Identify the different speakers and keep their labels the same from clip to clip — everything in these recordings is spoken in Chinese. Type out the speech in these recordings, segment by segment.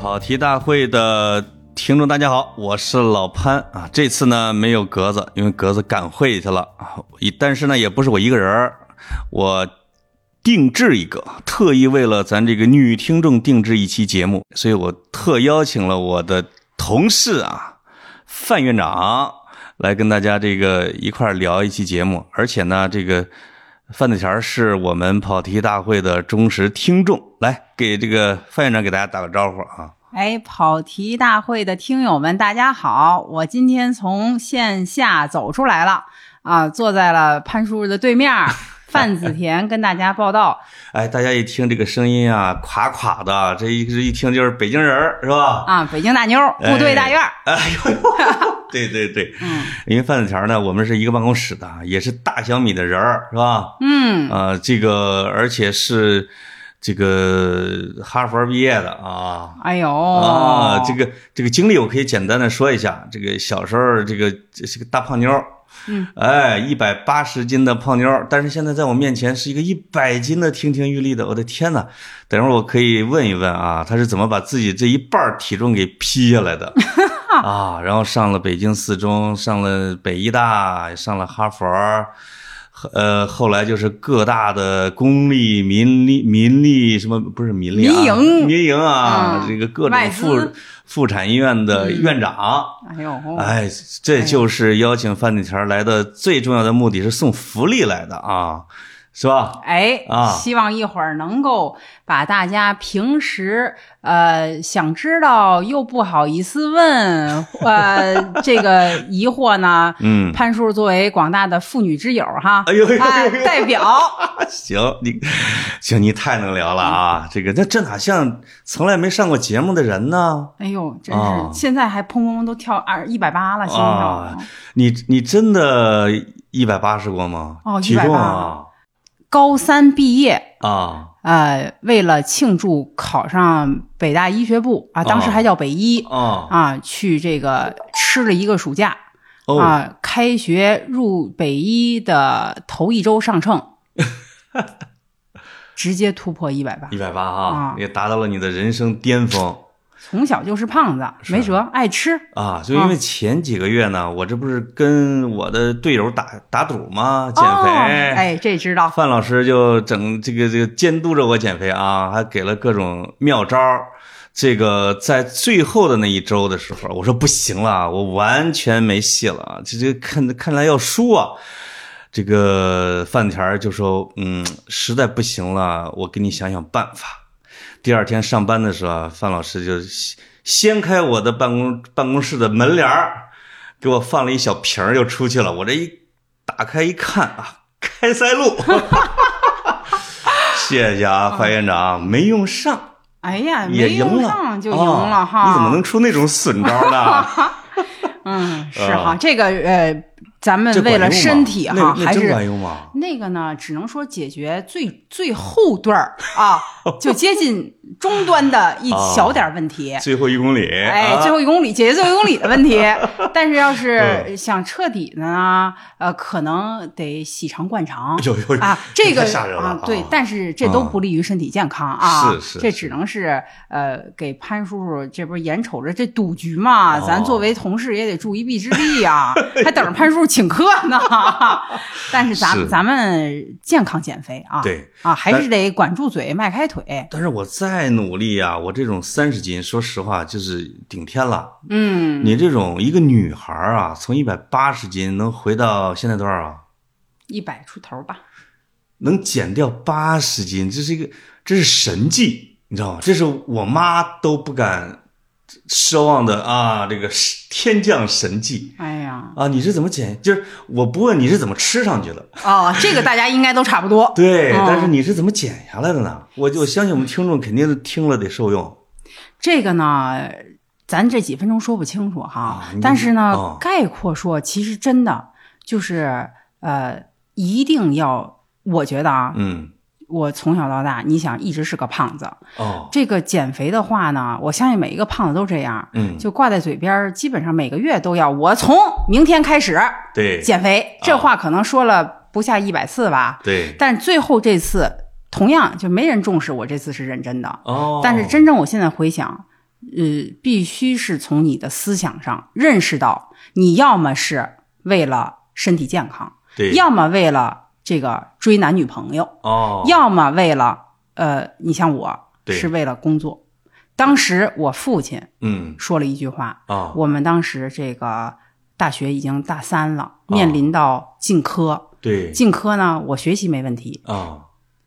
Speaker 1: 跑题大会的听众，大家好，我是老潘啊。这次呢没有格子，因为格子赶会去了啊。但是呢，也不是我一个人儿，我定制一个，特意为了咱这个女听众定制一期节目，所以我特邀请了我的同事啊，范院长来跟大家这个一块儿聊一期节目。而且呢，这个范子钱是我们跑题大会的忠实听众，来给这个范院长给大家打个招呼啊。
Speaker 2: 哎，跑题大会的听友们，大家好！我今天从线下走出来了啊，坐在了潘叔叔的对面儿，范子田跟大家报道。
Speaker 1: 哎，大家一听这个声音啊，垮垮的，这一一听就是北京人儿是吧？
Speaker 2: 啊，北京大妞儿部队大院儿，
Speaker 1: 哎呦，对对对，
Speaker 2: 嗯
Speaker 1: 因为范子条呢，我们是一个办公室的，也是大小米的人儿是吧？
Speaker 2: 嗯，
Speaker 1: 啊、这个而且是这个哈佛毕业的啊。
Speaker 2: 哎呦，
Speaker 1: 啊，
Speaker 2: 哦
Speaker 1: 这个这个经历我可以简单的说一下。这个小时候，这个这是个大胖妞儿，
Speaker 2: 嗯，
Speaker 1: 哎，一百八十斤的胖妞儿，但是现在在我面前是一个一百斤的亭亭玉立的，我的天呐，等会儿我可以问一问啊，她是怎么把自己这一半儿体重给劈下来 的啊？然后上了北京四中，上了北医大，上了哈佛。呃，后来就是各大的公立、民立、民立什么不是民立啊，
Speaker 2: 民营
Speaker 1: 民营啊，
Speaker 2: 嗯
Speaker 1: 这个各
Speaker 2: 外
Speaker 1: 种
Speaker 2: 资嗯
Speaker 1: 妇妇产医院的院长，
Speaker 2: 哎呦，
Speaker 1: 哎，这就是邀请范锦田来的最重要的目的是送福利来的啊，是吧？
Speaker 2: 哎，
Speaker 1: 啊
Speaker 2: 希望一会儿能够把大家平时呃想知道又不好意思问，呃这个疑惑呢，
Speaker 1: 嗯，
Speaker 2: 潘叔作为广大的妇女之友哈，
Speaker 1: 哎呦哎呦哎
Speaker 2: 哎
Speaker 1: 呦，
Speaker 2: 代表，
Speaker 1: 行，你行，你太能聊了
Speaker 2: 嗯
Speaker 1: 啊！这个这这哪像从来没上过节目的人呢？
Speaker 2: 哎呦，真是、
Speaker 1: 啊
Speaker 2: 现在还砰砰砰都跳二一百八了，心跳
Speaker 1: 啊，你你真的一百八十过吗？
Speaker 2: 哦
Speaker 1: 体重啊
Speaker 2: 高三毕业，
Speaker 1: 啊
Speaker 2: 呃，为了庆祝考上北大医学部啊，当时还叫北医、
Speaker 1: 啊
Speaker 2: 啊，去这个吃了一个暑假。
Speaker 1: 哦！
Speaker 2: 啊，开学入北医的头一周上 秤，直接突破一百八
Speaker 1: 一。百八
Speaker 2: 啊
Speaker 1: 啊，也达到了你的人生巅峰。
Speaker 2: 从小就是胖子，没辙，爱吃。
Speaker 1: 啊，就因为前几个月呢，我这不是跟我的队友打打赌吗？减
Speaker 2: 哦
Speaker 1: 肥，
Speaker 2: 哎，这知道。
Speaker 1: 范老师就整这个这个监督着我减肥啊，还给了各种妙招儿。这个在最后的那一周的时候，我说不行了，我完全没戏了啊，这这看看来要输啊。这个范田儿就说：“嗯，实在不行了，我给你想想办法。”第二天上班的时候啊，范老师就掀掀开我的办公办公室的门帘儿，给我放了一小瓶儿，就出去了。我这一打开一看啊，开塞露，谢谢啊，范院长，没用上，
Speaker 2: 哎呀，
Speaker 1: 也
Speaker 2: 没
Speaker 1: 赢
Speaker 2: 用
Speaker 1: 了，
Speaker 2: 上就
Speaker 1: 啊
Speaker 2: 赢了哈。
Speaker 1: 你怎么能出那种损招 呢？
Speaker 2: 嗯，是哈，
Speaker 1: 啊
Speaker 2: 这个呃，咱们
Speaker 1: 这管
Speaker 2: 为
Speaker 1: 用吗
Speaker 2: 了身体哈，
Speaker 1: 那那
Speaker 2: 还
Speaker 1: 真
Speaker 2: 是
Speaker 1: 管用吗？
Speaker 2: 那个呢，只能说解决最最后段儿啊，就接近终端的一
Speaker 1: 啊
Speaker 2: 小点儿问题。
Speaker 1: 最后一公里，
Speaker 2: 哎，
Speaker 1: 啊
Speaker 2: 最后一公里解决最后一公里 的问题，但是要
Speaker 1: 嗯
Speaker 2: 是想彻底的呢，呃，可能得细长灌肠
Speaker 1: 呦 呦呦
Speaker 2: 啊，这个
Speaker 1: 太吓人了
Speaker 2: 啊，对
Speaker 1: 啊，
Speaker 2: 但是这都
Speaker 1: 啊
Speaker 2: 不利于身体健康啊，
Speaker 1: 是是
Speaker 2: 这
Speaker 1: 是
Speaker 2: 只能是呃，给潘叔叔这不是眼瞅着这赌局嘛，咱
Speaker 1: 哦
Speaker 2: 作为同事也得助一臂之力啊，还等着潘叔叔请客呢， 但是咱
Speaker 1: 是
Speaker 2: 咱们健康减肥啊，
Speaker 1: 对
Speaker 2: 啊，还
Speaker 1: 但
Speaker 2: 是得管住嘴，迈开腿，
Speaker 1: 但是我再努力啊，我这种三十斤，说实话就是顶天了。
Speaker 2: 嗯，
Speaker 1: 你这种一个女孩儿啊，从一百八十斤能回到现在多少啊？
Speaker 2: 一百出头吧。
Speaker 1: 能减掉八十斤，这是一个，这是神迹，你知道吗？这是我妈都不敢奢望的啊，这个天降神迹
Speaker 2: 哎呀，
Speaker 1: 啊！你是怎么减？就是我不问你是怎么吃上去的，
Speaker 2: 哦，这个大家应该都差不多。
Speaker 1: 对，
Speaker 2: 嗯
Speaker 1: 但是你是怎么减下来的呢？我我相信我们听众肯定是听了得受用。
Speaker 2: 这个呢，咱这几分钟说不清楚哈，
Speaker 1: 啊你
Speaker 2: 但是呢，
Speaker 1: 哦
Speaker 2: 概括说，其实真的就是呃，一定要，我觉得啊，
Speaker 1: 嗯，
Speaker 2: 我从小到大，你想一直是个胖子，
Speaker 1: 哦，
Speaker 2: 这个减肥的话呢，我相信每一个胖子都这样。
Speaker 1: 嗯，
Speaker 2: 就挂在嘴边儿，基本上每个月都要。我从明天开始
Speaker 1: 对，
Speaker 2: 减肥，这
Speaker 1: 啊
Speaker 2: 话可能说了不下一百次吧。
Speaker 1: 对，
Speaker 2: 但最后这次同样就没人重视我这次是认真的。
Speaker 1: 哦，
Speaker 2: 但是真正我现在回想，呃，必须是从你的思想上认识到，你要么是为了身体健康，
Speaker 1: 对
Speaker 2: 要么为了这个追男女朋友，
Speaker 1: 哦
Speaker 2: 要么为了呃，你像我
Speaker 1: 对
Speaker 2: 是为了工作。当时我父亲
Speaker 1: 嗯
Speaker 2: 说了一句话，
Speaker 1: 啊
Speaker 2: 我们当时这个大学已经大三了，
Speaker 1: 哦
Speaker 2: 面临到进科，
Speaker 1: 对
Speaker 2: 进科呢，我学习没问题，
Speaker 1: 啊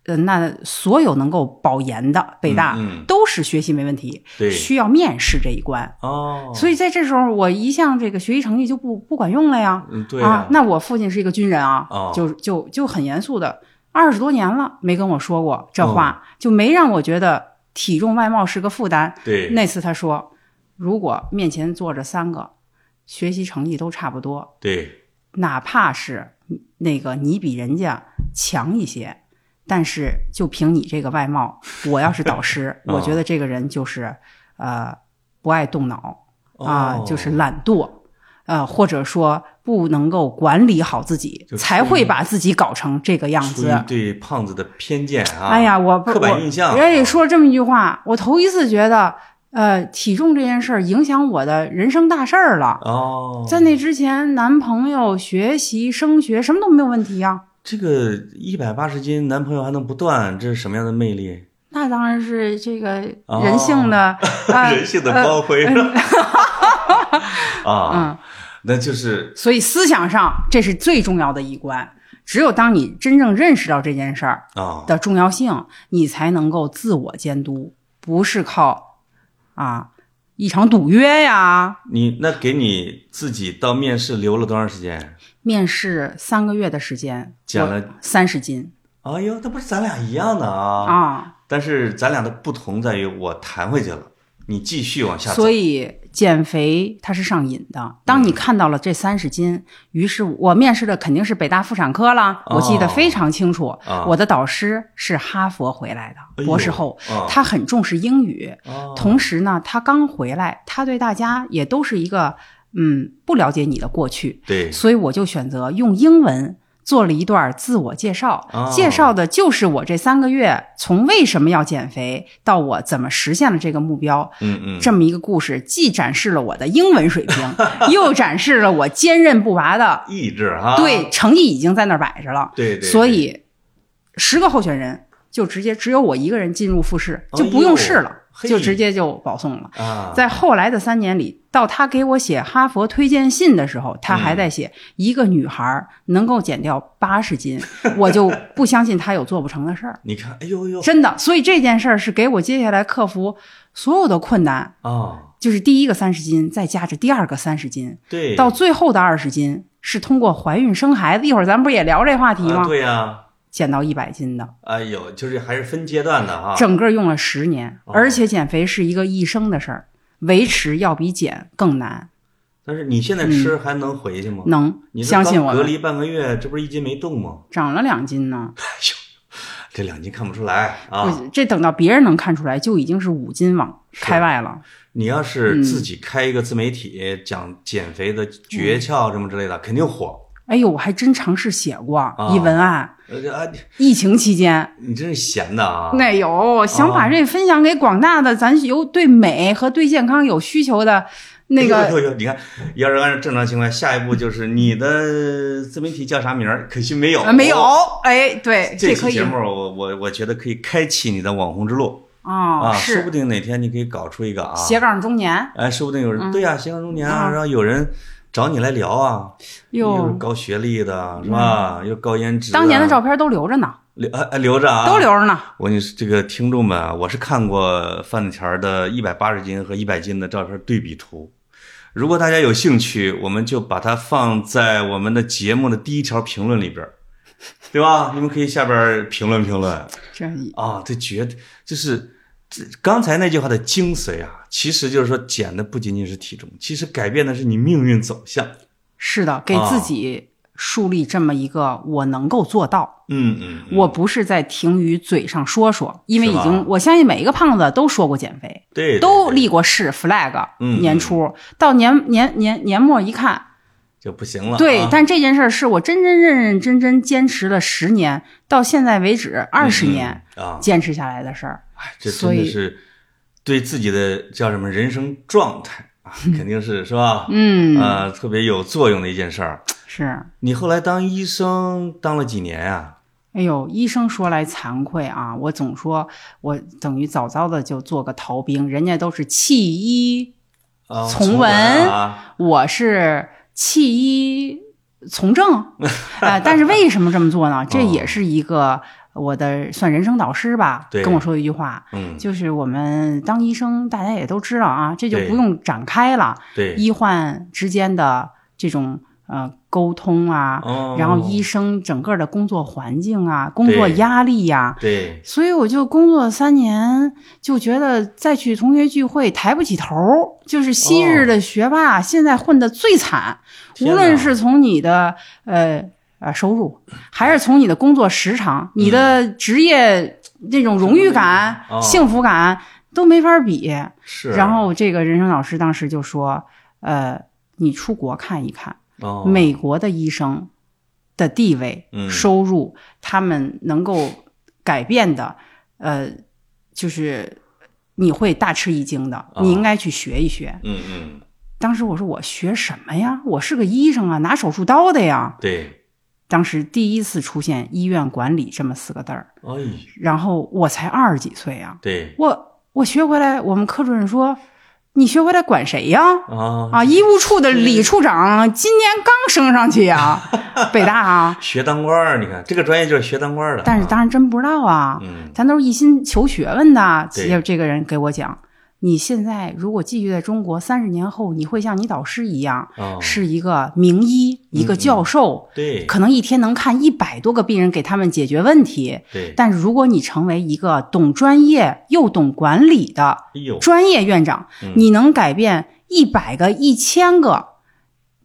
Speaker 2: 呃，那所有能够保研的北大、
Speaker 1: 嗯嗯
Speaker 2: 都是学习没问题，
Speaker 1: 对
Speaker 2: 需要面试这一关。
Speaker 1: 哦，
Speaker 2: 所以在这时候，我一向这个学习成绩就不不管用了呀。
Speaker 1: 嗯对
Speaker 2: 啊，那我父亲是一个军人啊，
Speaker 1: 哦
Speaker 2: 就就就很严肃的，二十多年了没跟我说过这
Speaker 1: 哦
Speaker 2: 话，就没让我觉得体重外貌是个负担。
Speaker 1: 对
Speaker 2: 那次他说，如果面前坐着三个学习成绩都差不多，
Speaker 1: 对
Speaker 2: 哪怕是那个你比人家强一些，但是就凭你这个外貌，我要是导师，
Speaker 1: 啊
Speaker 2: 我觉得这个人就是呃不爱动脑啊、
Speaker 1: 哦
Speaker 2: 就是懒惰，呃，或者说不能够管理好自己，
Speaker 1: 就出于
Speaker 2: 才会把自己搞成这个样
Speaker 1: 出于
Speaker 2: 子。
Speaker 1: 对胖子的偏见啊，
Speaker 2: 哎呀，我不
Speaker 1: 刻板印象
Speaker 2: 我人也说了这么一句话，我头一次觉得，呃，体重这件事儿影响我的人生大事儿了。
Speaker 1: 哦，
Speaker 2: 在那之前，男朋友、学习、升学什么都没有问题啊。
Speaker 1: 这个一百八十斤男朋友还能不断，这是什么样的魅力？
Speaker 2: 那当然是这个人性 的，呃
Speaker 1: 哦人性的光辉、啊
Speaker 2: 嗯，
Speaker 1: 那就是
Speaker 2: 所以思想上这是最重要的一关。只有当你真正认识到这件事儿
Speaker 1: 啊，
Speaker 2: 的重要性，你才能够自我监督，不是靠啊一场赌约呀。
Speaker 1: 你那给你自己到面试留了多长时间？
Speaker 2: 面试三个月的时间，
Speaker 1: 减了
Speaker 2: 三十斤
Speaker 1: 哎呦，那不是咱俩一样的啊！
Speaker 2: 啊，
Speaker 1: 但是咱俩的不同在于，我弹回去了，你继续往下走。
Speaker 2: 所以减肥它是上瘾的。当你看到了这三十斤，于是我面试的肯定是北大妇产科啦，
Speaker 1: 哦
Speaker 2: 我记得非常清楚。
Speaker 1: 啊
Speaker 2: 我的导师是哈佛回来
Speaker 1: 哎
Speaker 2: 的
Speaker 1: 呦
Speaker 2: 博士后，
Speaker 1: 啊
Speaker 2: 他很重视英语。
Speaker 1: 哦
Speaker 2: 同时呢，他刚回来，他对大家也都是一个嗯不了解你的过去，
Speaker 1: 对
Speaker 2: 所以我就选择用英文做了一段自我介绍，
Speaker 1: 哦
Speaker 2: 介绍的就是我这三个月从为什么要减肥到我怎么实现了这个目标。
Speaker 1: 嗯嗯，
Speaker 2: 这么一个故事，既展示了我的英文 水平，又展示了我坚韧不拔的
Speaker 1: 意志啊，
Speaker 2: 对成绩已经在那儿摆着了。
Speaker 1: 对对，对
Speaker 2: 所以，十个候选人就直接只有我一个人进入复试，
Speaker 1: 哎呦
Speaker 2: 就不用试了，
Speaker 1: 嘿
Speaker 2: 就直接就保送了。
Speaker 1: 啊，
Speaker 2: 在后来的三年里，到他给我写哈佛推荐信的时候，他还
Speaker 1: 嗯
Speaker 2: 在写一个女孩能够减掉八 十斤，我就不相信他有做不成的事儿，
Speaker 1: 你看，哎呦呦
Speaker 2: 真的。所以这件事儿是给我接下来克服所有的困难，
Speaker 1: 啊，
Speaker 2: 就是第一个三十斤，再加着第二个三十斤，
Speaker 1: 对，
Speaker 2: 到最后的二十斤是通过怀孕生孩子。一会儿咱们不也聊这话题吗？
Speaker 1: 啊对呀、
Speaker 2: 减到一百斤的，
Speaker 1: 哎呦，就是还是分阶段的啊，
Speaker 2: 整个用了十年，
Speaker 1: 哦
Speaker 2: 而且减肥是一个一生的事儿，维持要比减更难。
Speaker 1: 但是你现在吃还能回去吗？
Speaker 2: 嗯能
Speaker 1: 哦你这
Speaker 2: 相信
Speaker 1: 刚
Speaker 2: 我
Speaker 1: 隔
Speaker 2: 吧，
Speaker 1: 离半个月，这不是一斤没动吗？
Speaker 2: 长了两斤呢，
Speaker 1: 这两斤看不出来啊！
Speaker 2: 不这等到别人能看出来，就已经是五斤往开外了。
Speaker 1: 你要
Speaker 2: 嗯
Speaker 1: 是自己开一个自媒体，讲减肥的
Speaker 2: 嗯
Speaker 1: 诀窍什么之类的，肯定火。
Speaker 2: 哎呦，我还真尝试写过、一文案，
Speaker 1: 呃啊，你
Speaker 2: 疫情期间。
Speaker 1: 你真是闲的啊！
Speaker 2: 那有想把这分享给广大的咱有对美和对健康有需求的那
Speaker 1: 哎
Speaker 2: 个
Speaker 1: 呦呦呦，你看，要是按照正常情况，下一步就是你的自媒体叫啥名儿？可惜没有，哦
Speaker 2: 呃没有。哎，对，
Speaker 1: 这
Speaker 2: 可
Speaker 1: 期
Speaker 2: 以
Speaker 1: 节目我，我我觉得可以开启你的网红之路
Speaker 2: 哦，
Speaker 1: 啊，说不
Speaker 2: 是
Speaker 1: 定哪天你可以搞出一个啊，
Speaker 2: 斜杠中年
Speaker 1: 哎，说不定有
Speaker 2: 嗯
Speaker 1: 人、对呀、斜杠中年啊，
Speaker 2: 啊
Speaker 1: 然后有人找你来聊啊，又是
Speaker 2: 哟，嗯
Speaker 1: 高学历的是吧？又高颜值，啊
Speaker 2: 当年的照片都留着呢，
Speaker 1: 留哎哎留着啊，
Speaker 2: 都留。着呢。
Speaker 1: 我跟你说，这个听众们啊，我是看过范子钱的一百八十斤和一百斤的照片对比图。如果大家有兴趣，我们就把它放在我们的节目的第一条评论里边儿，对吧？你们可以下边儿评论评论。
Speaker 2: 这
Speaker 1: 啊，这绝对就是这刚才那句话的精髓啊，其实就是说减的不仅仅是体重，其实改变的是你命运走向。
Speaker 2: 是的，给
Speaker 1: 啊
Speaker 2: 自己树立这么一个我能够做到，
Speaker 1: 嗯嗯，嗯
Speaker 2: 我不是在停于嘴上说说，因为
Speaker 1: 是
Speaker 2: 已
Speaker 1: 吧
Speaker 2: 经我相信每一个胖子都说过减肥，
Speaker 1: 对对
Speaker 2: 都
Speaker 1: 对
Speaker 2: 立过誓 flag，
Speaker 1: 嗯
Speaker 2: 年初到年年年年末一看，
Speaker 1: 就不行了啊。
Speaker 2: 对，但这件事儿是我真真认认真真坚持了十年，到现在为止二十年
Speaker 1: 嗯啊，
Speaker 2: 坚持下来的事儿。
Speaker 1: 哎这
Speaker 2: 所
Speaker 1: 真的
Speaker 2: 以
Speaker 1: 是对自己的叫什么人生状态啊，肯定是是吧？
Speaker 2: 嗯，
Speaker 1: 呃，特别有作用的一件事儿。
Speaker 2: 是。
Speaker 1: 你后来当医生当了几年啊？
Speaker 2: 哎呦，医生说来惭愧啊，我总说我等于早早的就做个逃兵，人家都是弃医，
Speaker 1: 啊，
Speaker 2: 从
Speaker 1: 从
Speaker 2: 文
Speaker 1: 啊，
Speaker 2: 我是弃医 从政啊、但是为什么这么做
Speaker 1: 哦
Speaker 2: 呢？这也是一个我的算人生导师吧，
Speaker 1: 对
Speaker 2: 跟我说的一句话，
Speaker 1: 嗯，
Speaker 2: 就是我们当医生，大家也都知道啊，这就
Speaker 1: 对
Speaker 2: 不用展开了，
Speaker 1: 对，
Speaker 2: 医患之间的这种呃沟通啊，
Speaker 1: 哦
Speaker 2: 然后医生整个的工作环境啊，工作
Speaker 1: 对
Speaker 2: 压力呀、
Speaker 1: 对，
Speaker 2: 所以我就工作三年，就觉得再去同学聚会抬不起头儿，就是昔日的学霸，现在混得最惨。
Speaker 1: 哦天
Speaker 2: 无
Speaker 1: 哪
Speaker 2: 论是从你的呃呃收入，还是从你的工作时长、你的
Speaker 1: 嗯
Speaker 2: 职业那种荣誉感、
Speaker 1: 哦
Speaker 2: 幸福感都没法比。
Speaker 1: 是。
Speaker 2: 然后这个人生老师当时就说：“呃，你出国看一看，
Speaker 1: 哦，
Speaker 2: 美国的医生的地位、
Speaker 1: 嗯
Speaker 2: 收入，他们能够改变的，呃，就是你会大吃一惊的，
Speaker 1: 哦
Speaker 2: 你应该去学一学。
Speaker 1: 嗯嗯，
Speaker 2: 当时我说我学什么呀？我是个医生啊，拿手术刀的呀。
Speaker 1: 对，
Speaker 2: 当时第一次出现医院管理这么四个字儿，
Speaker 1: 哎，
Speaker 2: 然后我才二十几岁啊，
Speaker 1: 对
Speaker 2: 我我学回来，我们科主任说，你学回来管谁呀？
Speaker 1: 啊，
Speaker 2: 啊，医务处的李处长今年刚升上去 呀、北大啊，
Speaker 1: 学当官儿，你看这个专业就是学当官儿的。
Speaker 2: 但是
Speaker 1: 啊，
Speaker 2: 当然真不知道啊，
Speaker 1: 嗯，
Speaker 2: 咱都是一心求学问的。
Speaker 1: 对
Speaker 2: 结果这个人给我讲，你现在如果继续在中国，三十年后你会像你导师一样，
Speaker 1: 哦，嗯
Speaker 2: 是一个名医，一个教授，
Speaker 1: 对
Speaker 2: 可能一天能看一百多个病人，给他们解决问题。
Speaker 1: 对，
Speaker 2: 但是如果你成为一个懂专业又懂管理的
Speaker 1: 哎呦，
Speaker 2: 专业院长
Speaker 1: 嗯，
Speaker 2: 你能改变一百个、一千个，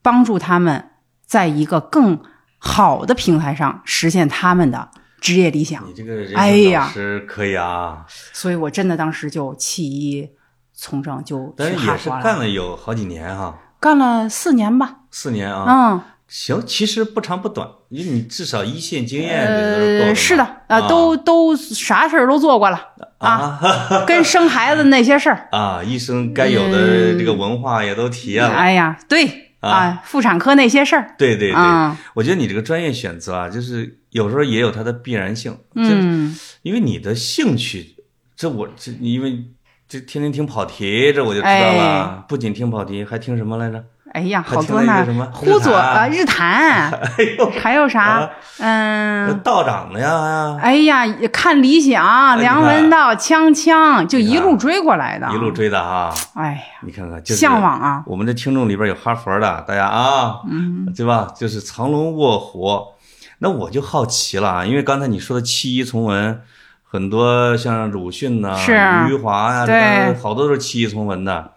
Speaker 2: 帮助他们在一个更好的平台上实现他们的职业理想
Speaker 1: 你。这个人
Speaker 2: 哎
Speaker 1: 生导
Speaker 2: 呀
Speaker 1: 师可以啊，
Speaker 2: 所以我真的当时就弃医从政，就
Speaker 1: 但
Speaker 2: 去
Speaker 1: 是
Speaker 2: 哈
Speaker 1: 也是
Speaker 2: 佛
Speaker 1: 干
Speaker 2: 了，
Speaker 1: 了有好几年哈、
Speaker 2: 干了四年吧。
Speaker 1: 四年啊。
Speaker 2: 嗯，
Speaker 1: 行，其实不长不短，因为你至少一线经验哎这都够
Speaker 2: 呃，
Speaker 1: 嘛
Speaker 2: 是的，
Speaker 1: 啊
Speaker 2: 呃，都都啥事儿都做过了，
Speaker 1: 啊
Speaker 2: 跟生孩子那些事儿。
Speaker 1: 啊，医生该有的这个文化 也都体验了。
Speaker 2: 嗯哎呀，对
Speaker 1: 啊
Speaker 2: 啊，妇产科那些事儿。
Speaker 1: 对对对，
Speaker 2: 啊，
Speaker 1: 我觉得你这个专业选择啊，就是有时候也有它的必然性，就是
Speaker 2: 嗯，
Speaker 1: 因为你的兴趣，这我这因为这天天听跑题，这我就知道了。不仅听跑题，还听什么来着？
Speaker 2: 哎呀，
Speaker 1: 还
Speaker 2: 好
Speaker 1: 听了
Speaker 2: 多
Speaker 1: 一个
Speaker 2: 呢
Speaker 1: 什么，
Speaker 2: 呼
Speaker 1: 日
Speaker 2: 左
Speaker 1: 坛
Speaker 2: 呃日坛，
Speaker 1: 哎呦，
Speaker 2: 还有啥
Speaker 1: 啊？那
Speaker 2: 嗯，
Speaker 1: 道长的呀，
Speaker 2: 哎呀，看理想、
Speaker 1: 啊你看
Speaker 2: 梁文道、锵锵，就一
Speaker 1: 你
Speaker 2: 路
Speaker 1: 看
Speaker 2: 追过来的，
Speaker 1: 一路。追的哈，
Speaker 2: 哎呀，
Speaker 1: 你看看，就是
Speaker 2: 向往啊！
Speaker 1: 我们的听众里边有哈佛的，大家啊，嗯，对吧？就是藏龙卧虎。那我就好奇了啊，因为刚才你说的弃医从文，很多像鲁迅呐、
Speaker 2: 是
Speaker 1: 余华呀、
Speaker 2: 对
Speaker 1: 当然好多都是弃医从文的。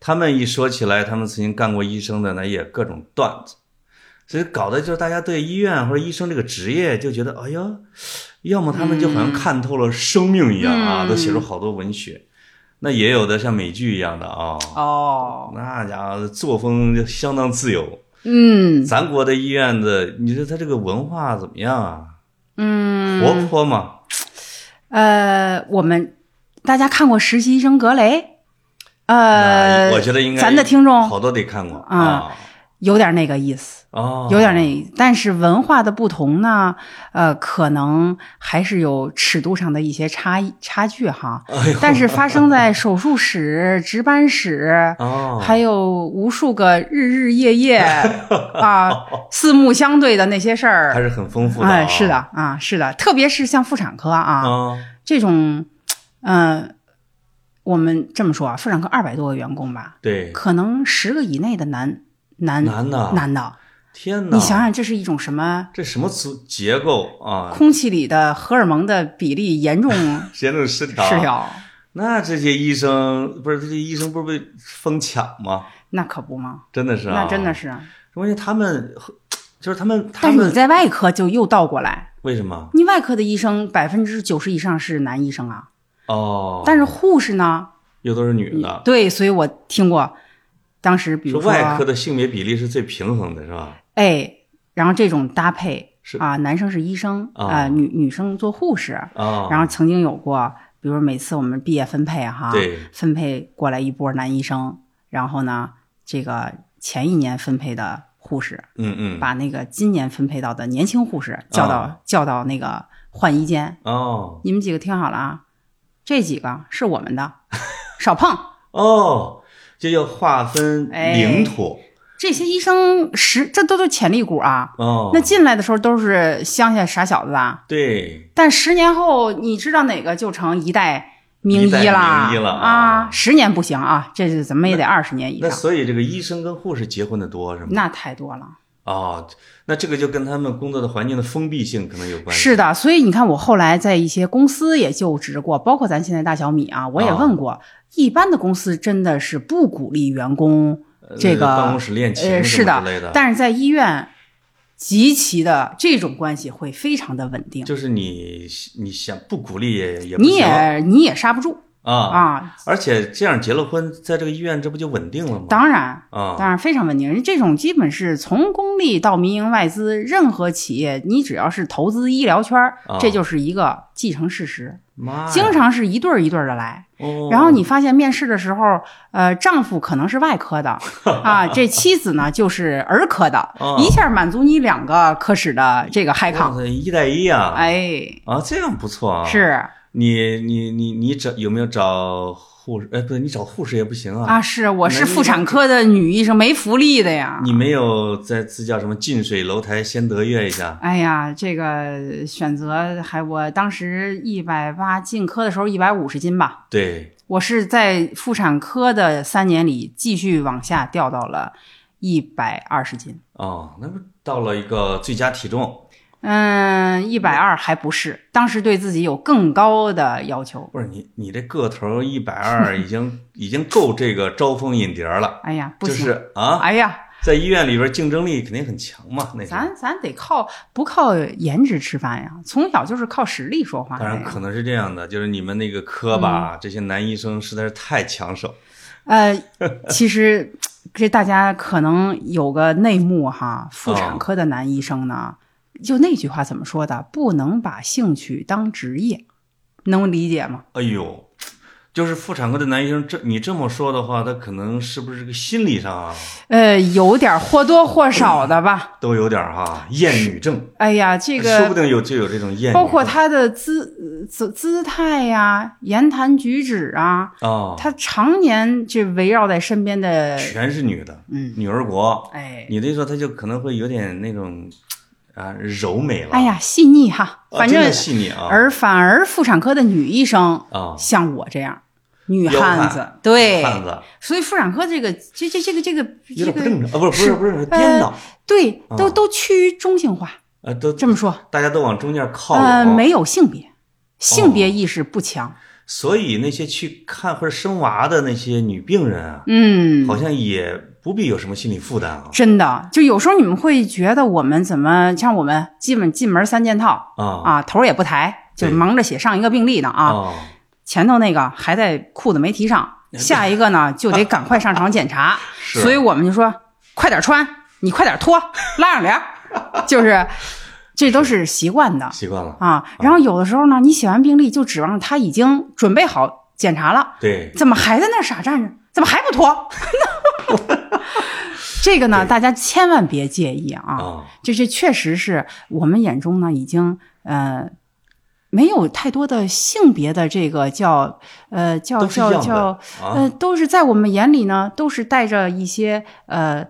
Speaker 1: 他们一说起来，他们曾经干过医生的，那也各种段子，所以搞得就是大家对医院或者医生这个职业就觉得，哎呀，要么他们就好像看透了生命一样啊，
Speaker 2: 嗯
Speaker 1: 都写出好多文学。那也有的像美剧一样的啊，
Speaker 2: 哦，
Speaker 1: 那家伙作风就相当自由。
Speaker 2: 嗯
Speaker 1: 咱国的医院的，你说他这个文化怎么样啊？
Speaker 2: 嗯，
Speaker 1: 活泼吗？
Speaker 2: 呃，我们大家看过《实习医生格雷》？
Speaker 1: 那
Speaker 2: 呃，
Speaker 1: 我觉得应该
Speaker 2: 咱的听众
Speaker 1: 好多得看过
Speaker 2: 啊有点那个意思，
Speaker 1: 哦，
Speaker 2: 有点那个意思，但是文化的不同呢，呃，可能还是有尺度上的一些差异差距哈。
Speaker 1: 哎呦
Speaker 2: 但是发生在手术室、值班室，
Speaker 1: 哦，
Speaker 2: 还有无数个日日夜 夜啊，四目相对的那些事
Speaker 1: 还
Speaker 2: 儿，
Speaker 1: 是很丰富的啊
Speaker 2: 哎，是的啊，是的，特别是像妇产科啊，
Speaker 1: 啊，
Speaker 2: 这种，嗯，我们这么说啊，妇产科二百多个员工吧，
Speaker 1: 对，
Speaker 2: 可能十个以内的男男
Speaker 1: 男的，
Speaker 2: 男的，
Speaker 1: 天哪，
Speaker 2: 你想想，这是一种什么？
Speaker 1: 这什么组结构啊？
Speaker 2: 空气里的荷尔蒙的比例严重
Speaker 1: 严重失调，
Speaker 2: 失。调，
Speaker 1: 啊那这些医生不是这些医生不是被疯抢吗？
Speaker 2: 那可不嘛，
Speaker 1: 真的是啊，
Speaker 2: 那真的，是。
Speaker 1: 关键他们就是他们，他
Speaker 2: 但是你
Speaker 1: 们
Speaker 2: 在外科就又倒过来，
Speaker 1: 为什么？
Speaker 2: 你外科的医生百分之九十以上是男医生啊，
Speaker 1: 哦，
Speaker 2: 但是护士呢？
Speaker 1: 又都是女的，
Speaker 2: 对，所以我听过当时比如
Speaker 1: 说
Speaker 2: 说，啊
Speaker 1: 外科的性别比例是最平衡的，是吧？
Speaker 2: 哎，然后这种搭配
Speaker 1: 是
Speaker 2: 啊，男生是医生
Speaker 1: 啊
Speaker 2: 啊，女女生做护士，
Speaker 1: 啊，
Speaker 2: 然后曾经有过，比如每次我们毕业分配啊哈，
Speaker 1: 对
Speaker 2: 分配过来一波男医生，然后呢，这个前一年分配的护士，
Speaker 1: 嗯嗯，
Speaker 2: 把那个今年分配到的年轻护士叫到、
Speaker 1: 啊
Speaker 2: 叫到那个换衣间，
Speaker 1: 哦
Speaker 2: 你们几个听好了啊，这几个是我们 的，少碰。
Speaker 1: 哦，这叫划分领土
Speaker 2: 这些医生实这都是潜力股啊，
Speaker 1: 哦。
Speaker 2: 那进来的时候都是乡下傻小子啊，
Speaker 1: 对，
Speaker 2: 但十年后你知道哪个就成一代名
Speaker 1: 一代
Speaker 2: 啦？
Speaker 1: 名医了啊
Speaker 2: 啊，十年不行啊，这是怎么也得二十年以
Speaker 1: 那
Speaker 2: 上，
Speaker 1: 所以这个医生跟护士结婚的多是吗？
Speaker 2: 那太多了。
Speaker 1: 哦，那这个就跟他们工作的环境的封闭性可能有关系。
Speaker 2: 是，的，所以你看，我后来在一些公司也就职过，包括咱现在大小米啊，我也问过，一般的公司真的是不鼓励员工这个
Speaker 1: 呃办公室恋情
Speaker 2: 呃，
Speaker 1: 什
Speaker 2: 是
Speaker 1: 么之类
Speaker 2: 的，但是在医院，极其的这种关系会非常的稳定，
Speaker 1: 就是你你想不鼓励也也不
Speaker 2: 你
Speaker 1: 行
Speaker 2: 也你也刹不住
Speaker 1: 啊，
Speaker 2: 啊。
Speaker 1: 而且这样结了婚，在这个医院这不就稳定了吗？
Speaker 2: 当然，当
Speaker 1: 啊，
Speaker 2: 然非常稳定。人这种基本是从公立到民营外资，任何企业，你只要是投资医疗圈儿
Speaker 1: 啊，
Speaker 2: 这就是一个既成事实。
Speaker 1: 妈呀，
Speaker 2: 经常是一对儿一对儿的来，
Speaker 1: 哦，
Speaker 2: 然后你发现面试的时候，呃，丈夫可能是外 科的啊，这妻子呢就是儿科的
Speaker 1: 哦，
Speaker 2: 一下满足你两个科室的这个嗨
Speaker 1: 哇
Speaker 2: 抗，
Speaker 1: 塞一带一啊，
Speaker 2: 哎，
Speaker 1: 啊，这样不错啊。，
Speaker 2: 是
Speaker 1: 你你你你找有没有找护士？哎，不对，你找护士也不行啊。
Speaker 2: 啊，是我
Speaker 1: 那
Speaker 2: 是
Speaker 1: 你
Speaker 2: 妇产科的女医生，没福利的呀。
Speaker 1: 你没有在这叫什么近水楼台先得月一下？
Speaker 2: 哎呀，这个选择还我当时一百八进科的时候一百五十斤吧，
Speaker 1: 对，
Speaker 2: 我是在妇产科的三年里继续往下掉到了一百二十斤，
Speaker 1: 哦，那不到了一个最佳体重？
Speaker 2: 嗯，一百二还不是，当时对自己有更高的要求。
Speaker 1: 不是你你这个头一百 二已经已经够这个招蜂引蝶了，
Speaker 2: 哎呀，不
Speaker 1: 就
Speaker 2: 行！
Speaker 1: 是啊，
Speaker 2: 哎呀，
Speaker 1: 在医院里边竞争力肯定很强嘛。那时候
Speaker 2: 咱咱得靠不靠颜值吃饭呀？从小就是靠实力说话
Speaker 1: 当
Speaker 2: 的
Speaker 1: 然
Speaker 2: 哎呀。嗯
Speaker 1: 可能是这样的，就是你们那个科吧，这些男医生实在是太抢手。
Speaker 2: 呃，其实这大家可能有个内幕哈，妇
Speaker 1: 哦
Speaker 2: 产科的男医生呢，就那句话怎么说的？不能把兴趣当职业，能理解吗？
Speaker 1: 哎呦，就是妇产科的男医生，这你这么说的话，他可能是不是这个心理上啊
Speaker 2: 呃，有点或多或少的吧。
Speaker 1: 都有点儿哈、厌女症，
Speaker 2: 哎呀，这
Speaker 1: 说不
Speaker 2: 个
Speaker 1: 定有就有这种 厌女症，
Speaker 2: 包括他的姿姿姿态呀、言谈举止啊，
Speaker 1: 啊，
Speaker 2: 他常年这围绕在身边的，
Speaker 1: 全是女的，
Speaker 2: 嗯，
Speaker 1: 女儿国，
Speaker 2: 哎，
Speaker 1: 你这时候他就可能会有点那种啊柔美了，
Speaker 2: 哎呀，细腻哈，
Speaker 1: 啊，
Speaker 2: 反
Speaker 1: 真
Speaker 2: 正
Speaker 1: 的细腻啊，
Speaker 2: 而反而妇产科的女医生
Speaker 1: 啊
Speaker 2: 像我这样。女
Speaker 1: 彪悍
Speaker 2: 汉子，对，
Speaker 1: 汉子
Speaker 2: 所以妇产科这个这这这个这个
Speaker 1: 有点
Speaker 2: 这
Speaker 1: 不正
Speaker 2: 个，呃
Speaker 1: 常啊，不是不是
Speaker 2: 是
Speaker 1: 不是颠倒
Speaker 2: 对，都
Speaker 1: 啊
Speaker 2: 都趋于中性化。
Speaker 1: 啊，都
Speaker 2: 这么说，
Speaker 1: 大家都往中间靠
Speaker 2: 呃，
Speaker 1: 拢，啊
Speaker 2: 没有性别，性
Speaker 1: 哦
Speaker 2: 别意识不强。
Speaker 1: 所以那些去看或者生娃的那些女病人啊，
Speaker 2: 嗯，
Speaker 1: 好像也不必有什么心理负担啊
Speaker 2: 真的，就有时候你们会觉得我们怎么像我们基本进门三件套
Speaker 1: 啊
Speaker 2: 啊，头儿也不抬，就
Speaker 1: 对
Speaker 2: 忙着写上一个病历呢啊。
Speaker 1: 啊
Speaker 2: 前头那个还在裤子没提 上，下一个呢就得赶快上床检查，
Speaker 1: 是
Speaker 2: 所以我们就说快点穿，你快点 脱，拉上帘儿，就是这都是习惯的
Speaker 1: 习惯了，
Speaker 2: 啊。然后有的时候呢，你写完病历就指望他已经准备好检查了，
Speaker 1: 对，
Speaker 2: 怎么还在那儿傻站着？怎么还不脱？ 这个呢，
Speaker 1: 对
Speaker 2: 大家千万别介意啊！
Speaker 1: 啊，
Speaker 2: 这这确实是我们眼中呢，已经呃没有太多的性别的这个叫呃叫
Speaker 1: 都是一
Speaker 2: 叫
Speaker 1: 样的
Speaker 2: 叫
Speaker 1: 啊，
Speaker 2: 呃，都是在我们眼里呢，都是带着一些呃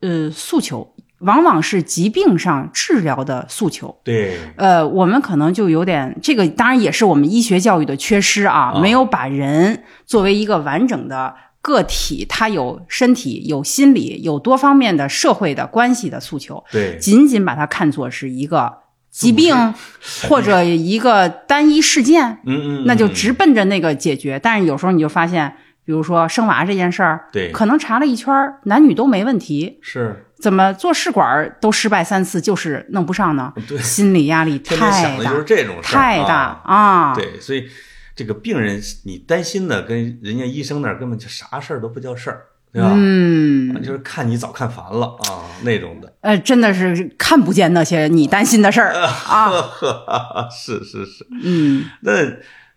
Speaker 2: 呃诉求，往往是疾病上治疗的诉求。
Speaker 1: 对，
Speaker 2: 呃，我们可能就有点这个，当然也是我们医学教育的缺失啊，
Speaker 1: 啊
Speaker 2: 没有把人作为一个完整的个体，他有身体、有心理、有多方面的社会的关系的诉求，
Speaker 1: 对，
Speaker 2: 仅仅把它看作是一个疾病 或者一个单一事件，
Speaker 1: 嗯嗯，
Speaker 2: 那就
Speaker 1: 嗯
Speaker 2: 直奔着那个解决。但是有时候你就发现，比如说生娃这件事儿，
Speaker 1: 对
Speaker 2: 可能查了一圈儿，男女都没问题。
Speaker 1: 是
Speaker 2: 怎么做试管儿都失败三次，就是弄不上呢？
Speaker 1: 对，
Speaker 2: 心理压力
Speaker 1: 天
Speaker 2: 太
Speaker 1: 天想的
Speaker 2: 大
Speaker 1: 就是，这种事儿
Speaker 2: 太大
Speaker 1: 啊
Speaker 2: 啊！
Speaker 1: 对，所以这个病人你担心的跟人家医生那儿根本就啥事儿都不叫事儿，对吧？
Speaker 2: 嗯，
Speaker 1: 就是看你早看烦了啊那种的。
Speaker 2: 呃，真的是看不见那些你担心的事儿
Speaker 1: 呃
Speaker 2: 啊。
Speaker 1: 是是是，
Speaker 2: 嗯
Speaker 1: 那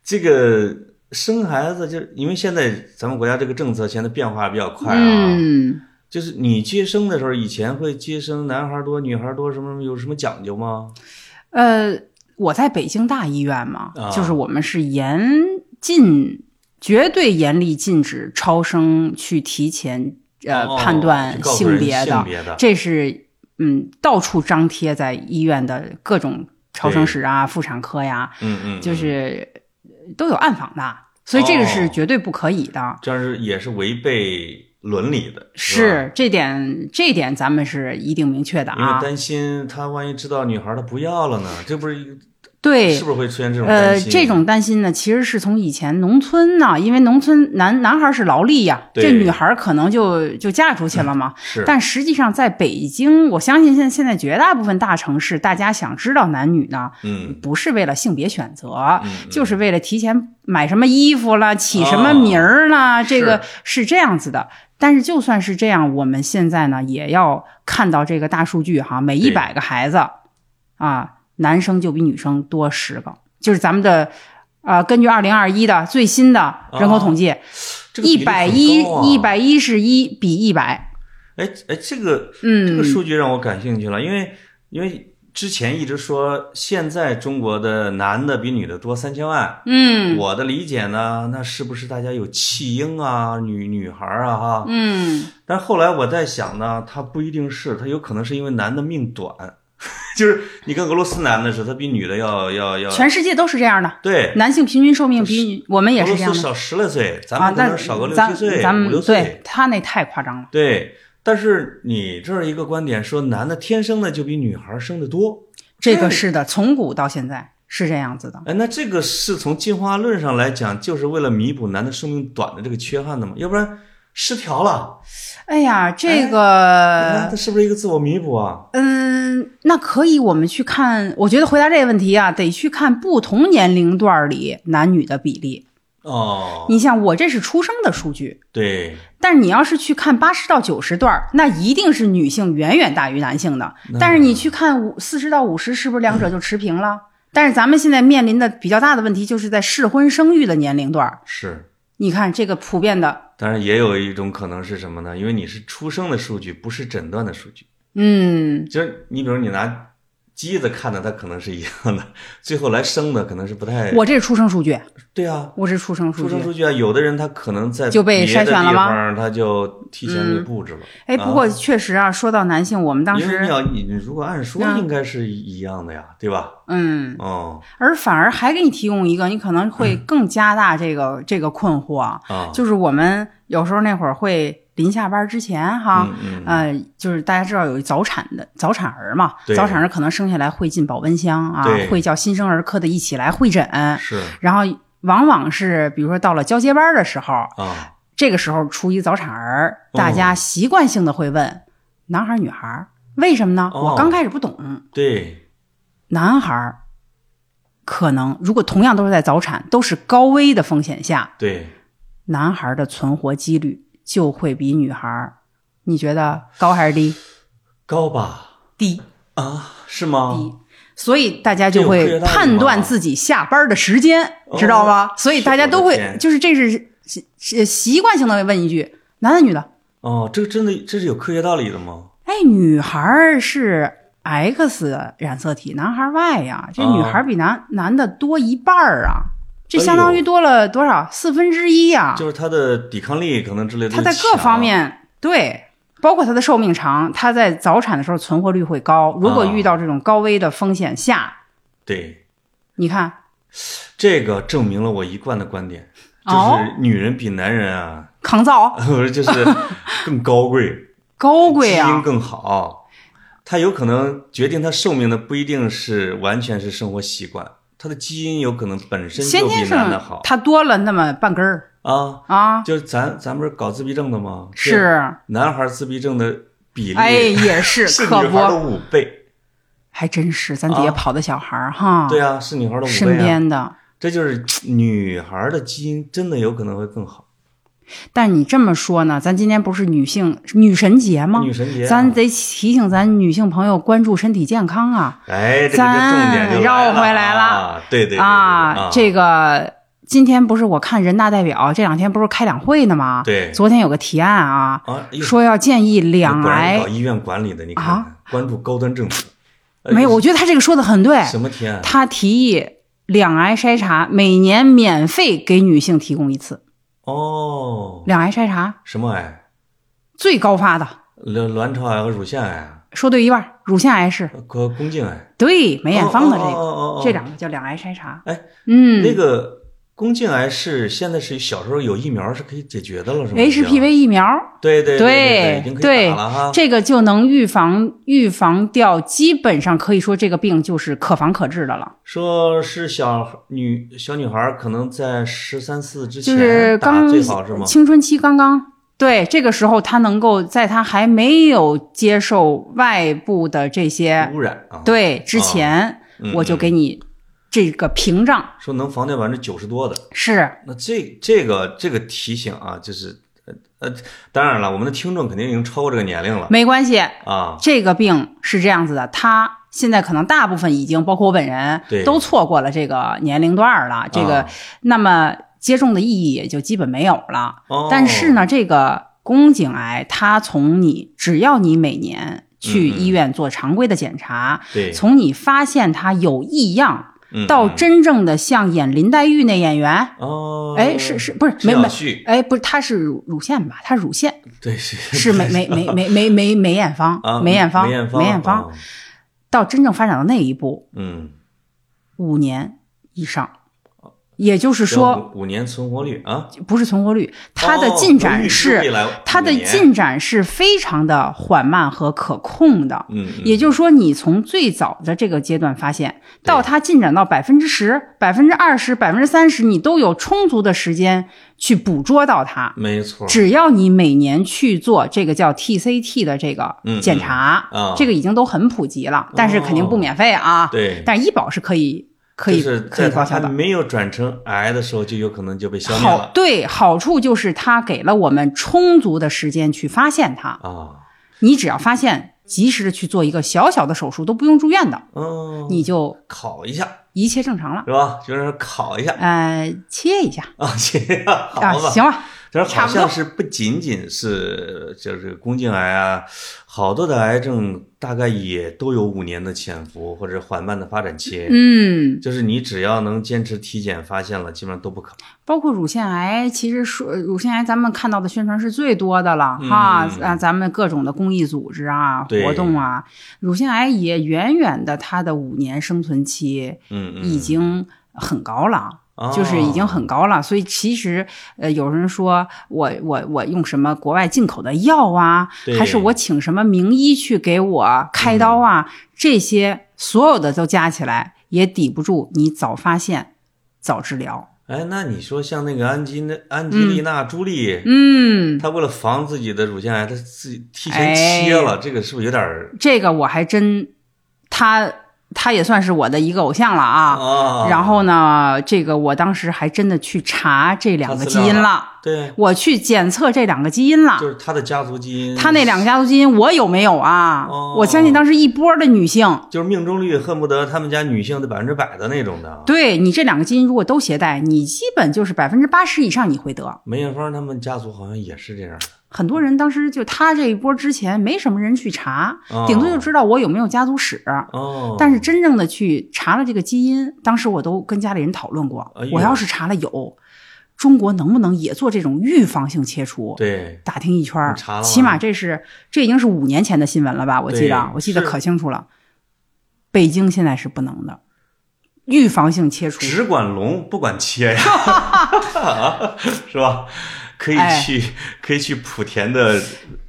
Speaker 1: 这个生孩子就因为现在咱们国家这个政策现在变化比较快啊，
Speaker 2: 嗯，
Speaker 1: 就是你接生的时候，以前会接生男孩多女孩多什么有什么讲究吗？
Speaker 2: 呃，我在北京大医院嘛，
Speaker 1: 啊
Speaker 2: 就是我们是严禁，绝对严厉禁止超声去提前呃、
Speaker 1: 哦
Speaker 2: 判断
Speaker 1: 就告诉人
Speaker 2: 别
Speaker 1: 性别的
Speaker 2: 这是嗯到处张贴在医院的各种超声室啊、妇产科呀，
Speaker 1: 嗯嗯，
Speaker 2: 就
Speaker 1: 嗯
Speaker 2: 是都有暗访的，所以这个是
Speaker 1: 哦
Speaker 2: 绝对不可以的。
Speaker 1: 这样是也是违背伦理的，吧
Speaker 2: 是这点，这点咱们是一定明确的
Speaker 1: 因为
Speaker 2: 啊。
Speaker 1: 担心他万一知道女孩儿她不要了呢，这不是一个
Speaker 2: 对，
Speaker 1: 是不是会出现这种担
Speaker 2: 呃，
Speaker 1: 心？
Speaker 2: 这种担心呢，其实是从以前农村呢、因为农村男男孩是劳力呀，
Speaker 1: 对嗯
Speaker 2: 这女孩可能就就嫁出去了嘛。
Speaker 1: 是，
Speaker 2: 但实际上，在北京，我相信现现在绝大部分大城市，大家想知道男女呢，
Speaker 1: 嗯，
Speaker 2: 不是为了性别选择，
Speaker 1: 嗯嗯
Speaker 2: 就是为了提前买什么衣服啦，起什么名儿
Speaker 1: 哦
Speaker 2: 啦，这个是这样子的。但是就算是这样，我们现在呢也要看到这个大数据哈，每一百个孩子啊，男生就比女生多十个，就是咱们的。啊、根据二零二一的最新的人口统计，
Speaker 1: 啊这个比
Speaker 2: 一
Speaker 1: 例
Speaker 2: 百
Speaker 1: 很
Speaker 2: 一
Speaker 1: 高啊
Speaker 2: 一百一十一比一百，
Speaker 1: 哎哎，这个这
Speaker 2: 嗯
Speaker 1: 个，数据让我感兴趣了，因为因为之前一直说现在中国的男的比女的多三千万，
Speaker 2: 嗯
Speaker 1: 我的理解呢，那是不是大家有弃婴啊，女女孩儿啊哈？
Speaker 2: 嗯，
Speaker 1: 但后来我在想呢，他不一定是，他有可能是因为男的命短， 就是你跟俄罗斯男的似的，他比女的要要要
Speaker 2: 全世界都是这样的，
Speaker 1: 对，
Speaker 2: 男性平均寿命比女我们也
Speaker 1: 呃俄
Speaker 2: 是
Speaker 1: 罗
Speaker 2: 这样
Speaker 1: 斯
Speaker 2: 的。
Speaker 1: 少十来岁，咱
Speaker 2: 啊，
Speaker 1: 们可
Speaker 2: 那
Speaker 1: 能少个六
Speaker 2: 咱
Speaker 1: 七岁、
Speaker 2: 咱
Speaker 1: 五六
Speaker 2: 们
Speaker 1: 岁
Speaker 2: 对。他那太夸张了。
Speaker 1: 对，但是你这儿一个观点说，男的天生的就比女孩生的多，
Speaker 2: 这个是的，从古到现在是这样子的。
Speaker 1: 哎，那这个是从进化论上来讲，就是为了弥补男的寿命短的这个缺憾的嘛？要不然失调了，
Speaker 2: 哎呀，这
Speaker 1: 那
Speaker 2: 个，
Speaker 1: 它是不是一个自我弥补啊？
Speaker 2: 嗯，那可以，我们去看。我觉得回答这个问题啊，得去看不同年龄段里男女的比例。
Speaker 1: 哦，
Speaker 2: 你像我这是出生的数据，
Speaker 1: 对，
Speaker 2: 但是你要是去看八十到九十段儿，那一定是女性远远大于男性的。但是你去看五四十到五十，是不是两者就持平了？但是咱们现在面临的比较大的问题就是在适婚生育的年龄段儿，
Speaker 1: 是。
Speaker 2: 你看这个普遍的，
Speaker 1: 当然，也有一种可能是什么呢？因为你是出生的数据，不是诊断的数据。
Speaker 2: 嗯，
Speaker 1: 就是你，比如你拿机子看的，它可能是一样的，最后来生的可能是不太。
Speaker 2: 我这是出生数据，
Speaker 1: 对啊，
Speaker 2: 我是出生数
Speaker 1: 出生
Speaker 2: 据。
Speaker 1: 数据啊，有的人他可能在
Speaker 2: 就被
Speaker 1: 别的
Speaker 2: 筛选了吗
Speaker 1: 地方他就提前就布置了。
Speaker 2: 哎，不过确实啊，说到男性，我们当
Speaker 1: 因为你
Speaker 2: 时
Speaker 1: 要你你如果按说
Speaker 2: 嗯
Speaker 1: 应该是一样的呀，对吧？
Speaker 2: 嗯，
Speaker 1: 哦
Speaker 2: 而反而还给你提供一个，你可能会更加大这个这个困惑，
Speaker 1: 嗯啊，
Speaker 2: 就是我们有时候那会儿会临下班之前哈，
Speaker 1: 嗯嗯
Speaker 2: 呃，就是大家知道有早产的早产儿嘛，
Speaker 1: 对
Speaker 2: 早产儿可能生下来会进保温箱啊
Speaker 1: 对，
Speaker 2: 会叫新生儿科的一起来会诊，
Speaker 1: 是
Speaker 2: 然后往往是比如说到了交接班的时候，
Speaker 1: 啊，
Speaker 2: 这个时候出一早产儿，
Speaker 1: 哦
Speaker 2: 大家习惯性的会问男孩儿女孩儿，为什么呢？
Speaker 1: 哦
Speaker 2: 我刚开始不懂，
Speaker 1: 对，
Speaker 2: 男孩儿可能如果同样都是在早产，都是高危的风险下，
Speaker 1: 对，
Speaker 2: 男孩儿的存活几率就会比女孩儿，你觉得高还是低？
Speaker 1: 高吧
Speaker 2: 低。
Speaker 1: 啊，是吗？
Speaker 2: 所以大家就
Speaker 1: 这有
Speaker 2: 会
Speaker 1: 科学道理吗
Speaker 2: 判断自己下班的时间，
Speaker 1: 哦
Speaker 2: 知道吗？所以大家都
Speaker 1: 我
Speaker 2: 会
Speaker 1: 的天
Speaker 2: 就是这是习习习惯性的问一句：男的女的？
Speaker 1: 哦，这个真的这是有科学道理的吗？
Speaker 2: 哎，女孩儿是 X 染色体，男孩儿 Y 呀、这
Speaker 1: 哦
Speaker 2: 女孩儿比男、男的多一半儿啊，这
Speaker 1: 哎呦
Speaker 2: 相当于多了多少？四分之一呀、
Speaker 1: 就是他的抵抗力可能之类的，
Speaker 2: 她在各方，面对。包括她的寿命长，她在早产的时候存活率会高。如果
Speaker 1: 哦
Speaker 2: 遇到这种高危的风险下，
Speaker 1: 对，
Speaker 2: 你看
Speaker 1: 这个证明了我一贯的观点，就
Speaker 2: 哦
Speaker 1: 是女人比男人啊，
Speaker 2: 抗造
Speaker 1: 就是更高贵，
Speaker 2: 高贵
Speaker 1: 基因
Speaker 2: 啊，
Speaker 1: 更好，它有可能决定它寿命的不一定是完全是生活习惯，它的基因有可能本身
Speaker 2: 先
Speaker 1: 就
Speaker 2: 天
Speaker 1: 比男的好
Speaker 2: 上它多了那么半根儿
Speaker 1: 啊。
Speaker 2: 啊，
Speaker 1: 就是咱咱不是搞自闭症的吗？这
Speaker 2: 是，
Speaker 1: 男孩自闭症的比例
Speaker 2: 哎，也是，
Speaker 1: 是
Speaker 2: 可
Speaker 1: 女孩的
Speaker 2: 不，
Speaker 1: 五倍。
Speaker 2: 还真是，咱底下
Speaker 1: 啊
Speaker 2: 跑的小孩儿哈，
Speaker 1: 对啊，是女孩的五
Speaker 2: 身
Speaker 1: 倍啊。
Speaker 2: 边的，
Speaker 1: 这就是女孩的基因真的有可能会更好。
Speaker 2: 但你这么说呢，咱今天不是女性女神节吗？
Speaker 3: 女神节啊，
Speaker 2: 咱得提醒咱女性朋友关注身体健康啊！
Speaker 1: 哎，这个就重点就
Speaker 2: 咱绕回
Speaker 1: 来
Speaker 2: 来
Speaker 1: 了
Speaker 2: 了
Speaker 1: 啊，对对对对对
Speaker 2: 啊，这个今天不是我看人大代表这两天不是开两会呢吗？
Speaker 1: 对
Speaker 2: 昨天有个提案啊，
Speaker 1: 啊，哎呦
Speaker 2: 说要建议两
Speaker 1: 果然
Speaker 2: 癌
Speaker 1: 搞哎医院管理的，你看看
Speaker 2: 啊
Speaker 1: 关注高端政府，哎
Speaker 2: 没有，我觉得他这个说的很对，
Speaker 1: 什么天啊，
Speaker 2: 他提议两癌筛查每年免费给女性提供一次，
Speaker 1: 哦，
Speaker 2: 两癌筛查
Speaker 1: 什么哎癌？
Speaker 2: 最高发的，
Speaker 1: 卵卵巢癌和乳腺癌啊，
Speaker 2: 说对一半儿，乳腺癌是
Speaker 1: 和宫颈癌，
Speaker 2: 对梅艳芳的这个，
Speaker 1: 哦哦哦哦哦
Speaker 2: 这两个叫两癌筛查。
Speaker 1: 哎，
Speaker 2: 嗯，
Speaker 1: 那个宫颈癌是现在是小时候有疫苗是可以解决的了，
Speaker 2: 嗯
Speaker 1: 是吗
Speaker 2: HPV 疫苗，
Speaker 1: 对对对
Speaker 2: 对
Speaker 1: 已经可以
Speaker 2: 对
Speaker 1: 打了哈。
Speaker 2: 这个就能预防预防掉，基本上可以说这个病就是可防可治的了。
Speaker 1: 说是小女小女孩可能在十三四之前
Speaker 2: 就是
Speaker 1: 打
Speaker 2: 刚
Speaker 1: 最好是吗？
Speaker 2: 青春期刚刚。对，这个时候她能够在她还没有接受外部的这些
Speaker 1: 污染啊，，
Speaker 2: 对之前，
Speaker 1: 嗯
Speaker 2: 我就给你这个屏障。
Speaker 1: 说能防掉百分之九十多的，
Speaker 2: 是，
Speaker 1: 那这这个这个提醒啊，就是呃呃，当然了，我们的听众肯定已经超过这个年龄了
Speaker 2: 没关系，
Speaker 1: 啊。
Speaker 2: 这个病是这样子的，它现在可能大部分已经，包括我本人
Speaker 1: 对，
Speaker 2: 都错过了这个年龄段儿了。这个，
Speaker 1: 啊
Speaker 2: 那么接种的意义也就基本没有了。
Speaker 1: 哦
Speaker 2: 但是，呢，这个宫颈癌，它从你只要你每年去
Speaker 1: 嗯嗯
Speaker 2: 医院做常规的检查，
Speaker 1: 哦对，
Speaker 2: 从你发现它有异样
Speaker 1: 嗯
Speaker 2: 到
Speaker 1: 嗯
Speaker 2: 真正的像演林黛玉那演员，
Speaker 1: 哦，
Speaker 2: 哎、是是不是
Speaker 1: 这
Speaker 2: 没
Speaker 1: 样
Speaker 2: 没？
Speaker 1: 续，
Speaker 2: 哎，不是，她是乳乳腺吧？她是乳腺，
Speaker 1: 对是
Speaker 2: 是梅梅梅梅梅梅梅艳芳
Speaker 1: 啊，，
Speaker 2: 梅艳芳，
Speaker 1: 梅艳芳，
Speaker 2: 梅艳芳，
Speaker 1: 啊，
Speaker 2: 到真正发展到那一步，
Speaker 1: 嗯，
Speaker 2: 五年以上，
Speaker 1: 哦
Speaker 2: 也就是说，
Speaker 1: 要五五年存活率啊，
Speaker 2: 不是存活率，它的
Speaker 1: 哦
Speaker 2: 进
Speaker 1: 能预
Speaker 2: 展
Speaker 1: 知未
Speaker 2: 是、
Speaker 1: 来五年
Speaker 2: 它的进展是非常的缓慢和可控的。
Speaker 1: 嗯，嗯
Speaker 2: 也就是说，你从最早的这个阶段发现，
Speaker 1: 对
Speaker 2: 到它进展到百分之十、百分之二十、百分之三十，你都有充足的时间去捕捉到它。
Speaker 1: 没错，
Speaker 2: 只要你每年去做这个叫 TCT 的这个
Speaker 1: 嗯
Speaker 2: 检查，
Speaker 1: 嗯啊哦
Speaker 2: 这个已经都很普及了，但是肯定不免费啊。
Speaker 1: 对
Speaker 2: 但医保是可以可以
Speaker 1: 就是
Speaker 2: 可
Speaker 1: 在
Speaker 2: 以
Speaker 1: 它
Speaker 2: 报销
Speaker 1: 还
Speaker 2: 的。
Speaker 1: 没有转成癌的时候，就有可能就被消灭
Speaker 2: 好，
Speaker 1: 了
Speaker 2: 对，好处就是它给了我们充足的时间去发现它。
Speaker 1: 啊，
Speaker 2: 你只要发现，及时的去做一个小小的手术，都不用住院的，
Speaker 1: 嗯，
Speaker 2: 你就
Speaker 1: 烤一下
Speaker 2: 一切正常了。
Speaker 1: 是吧？就是烤一下
Speaker 2: 呃，切一下
Speaker 1: 啊，行，
Speaker 2: 啊，
Speaker 1: 好吧，
Speaker 2: 行吧，
Speaker 1: 就是好
Speaker 2: 差不多
Speaker 1: 像是不仅仅是就是宫颈癌啊，好多的癌症大概也都有五年的潜伏或者缓慢的发展期。
Speaker 2: 嗯，
Speaker 1: 就是你只要能坚持体检，发现了基本上都不可怕。
Speaker 2: 包括乳腺癌，其实说乳腺癌，咱们看到的宣传是最多的了哈、
Speaker 1: 嗯
Speaker 2: 啊，咱们各种的公益组织啊、
Speaker 1: 对
Speaker 2: 活动啊，乳腺癌也远远的它的五年生存期
Speaker 1: 嗯哦嗯，
Speaker 2: 已经很高了。就是已经很高了，所以其实，呃，有人说我我我用什么国外进口的药啊
Speaker 1: 对，
Speaker 2: 还是我请什么名医去给我开刀啊，
Speaker 1: 嗯
Speaker 2: 这些所有的都加起来也抵不住你早发现、早治疗。
Speaker 1: 哎，那你说像那个安吉那安吉丽娜朱莉，
Speaker 2: 嗯，
Speaker 1: 她为了防自己的乳腺癌，她自己提前切了，
Speaker 2: 哎
Speaker 1: 这个是不是有点儿
Speaker 2: 这个我还真，他他也算是我的一个偶像了啊。
Speaker 1: 啊？
Speaker 2: 然后呢，这个我当时还真的去查这两个基因
Speaker 1: 查资料
Speaker 2: 了，
Speaker 1: 对，
Speaker 2: 我去检测这两个基因了
Speaker 1: 就。是她的家族基因，
Speaker 2: 他那两个家族基因我有没有啊？
Speaker 1: 哦
Speaker 2: 我相信当时一波的女性，
Speaker 1: 就是命中率恨不得他们家女性的百分之百的那种的。
Speaker 2: 对你这两个基因如果都携带，你基本就是百分之八十以上你会得。
Speaker 1: 梅艳芳他们家族好像也是这样的，
Speaker 2: 很多人当时就他这一波之前没什么人去查，
Speaker 1: 哦
Speaker 2: 顶多就知道我有没有家族史。
Speaker 1: 哦，
Speaker 2: 但是真正的去查了这个基因，当时我都跟家里人讨论过，
Speaker 1: 哎呦
Speaker 2: 我要是查了有，中国能不能也做这种预防性切除？
Speaker 1: 对，
Speaker 2: 打听一圈儿
Speaker 1: 你查了吗，
Speaker 2: 起码这是这已经是五年前的新闻了吧？我记
Speaker 1: 对
Speaker 2: 得我记得
Speaker 1: 是
Speaker 2: 可清楚了。北京现在是不能的，预防性切除。
Speaker 1: 只管聋不管切呀， 是吧？可以
Speaker 2: 哎
Speaker 1: 去、可以去莆田的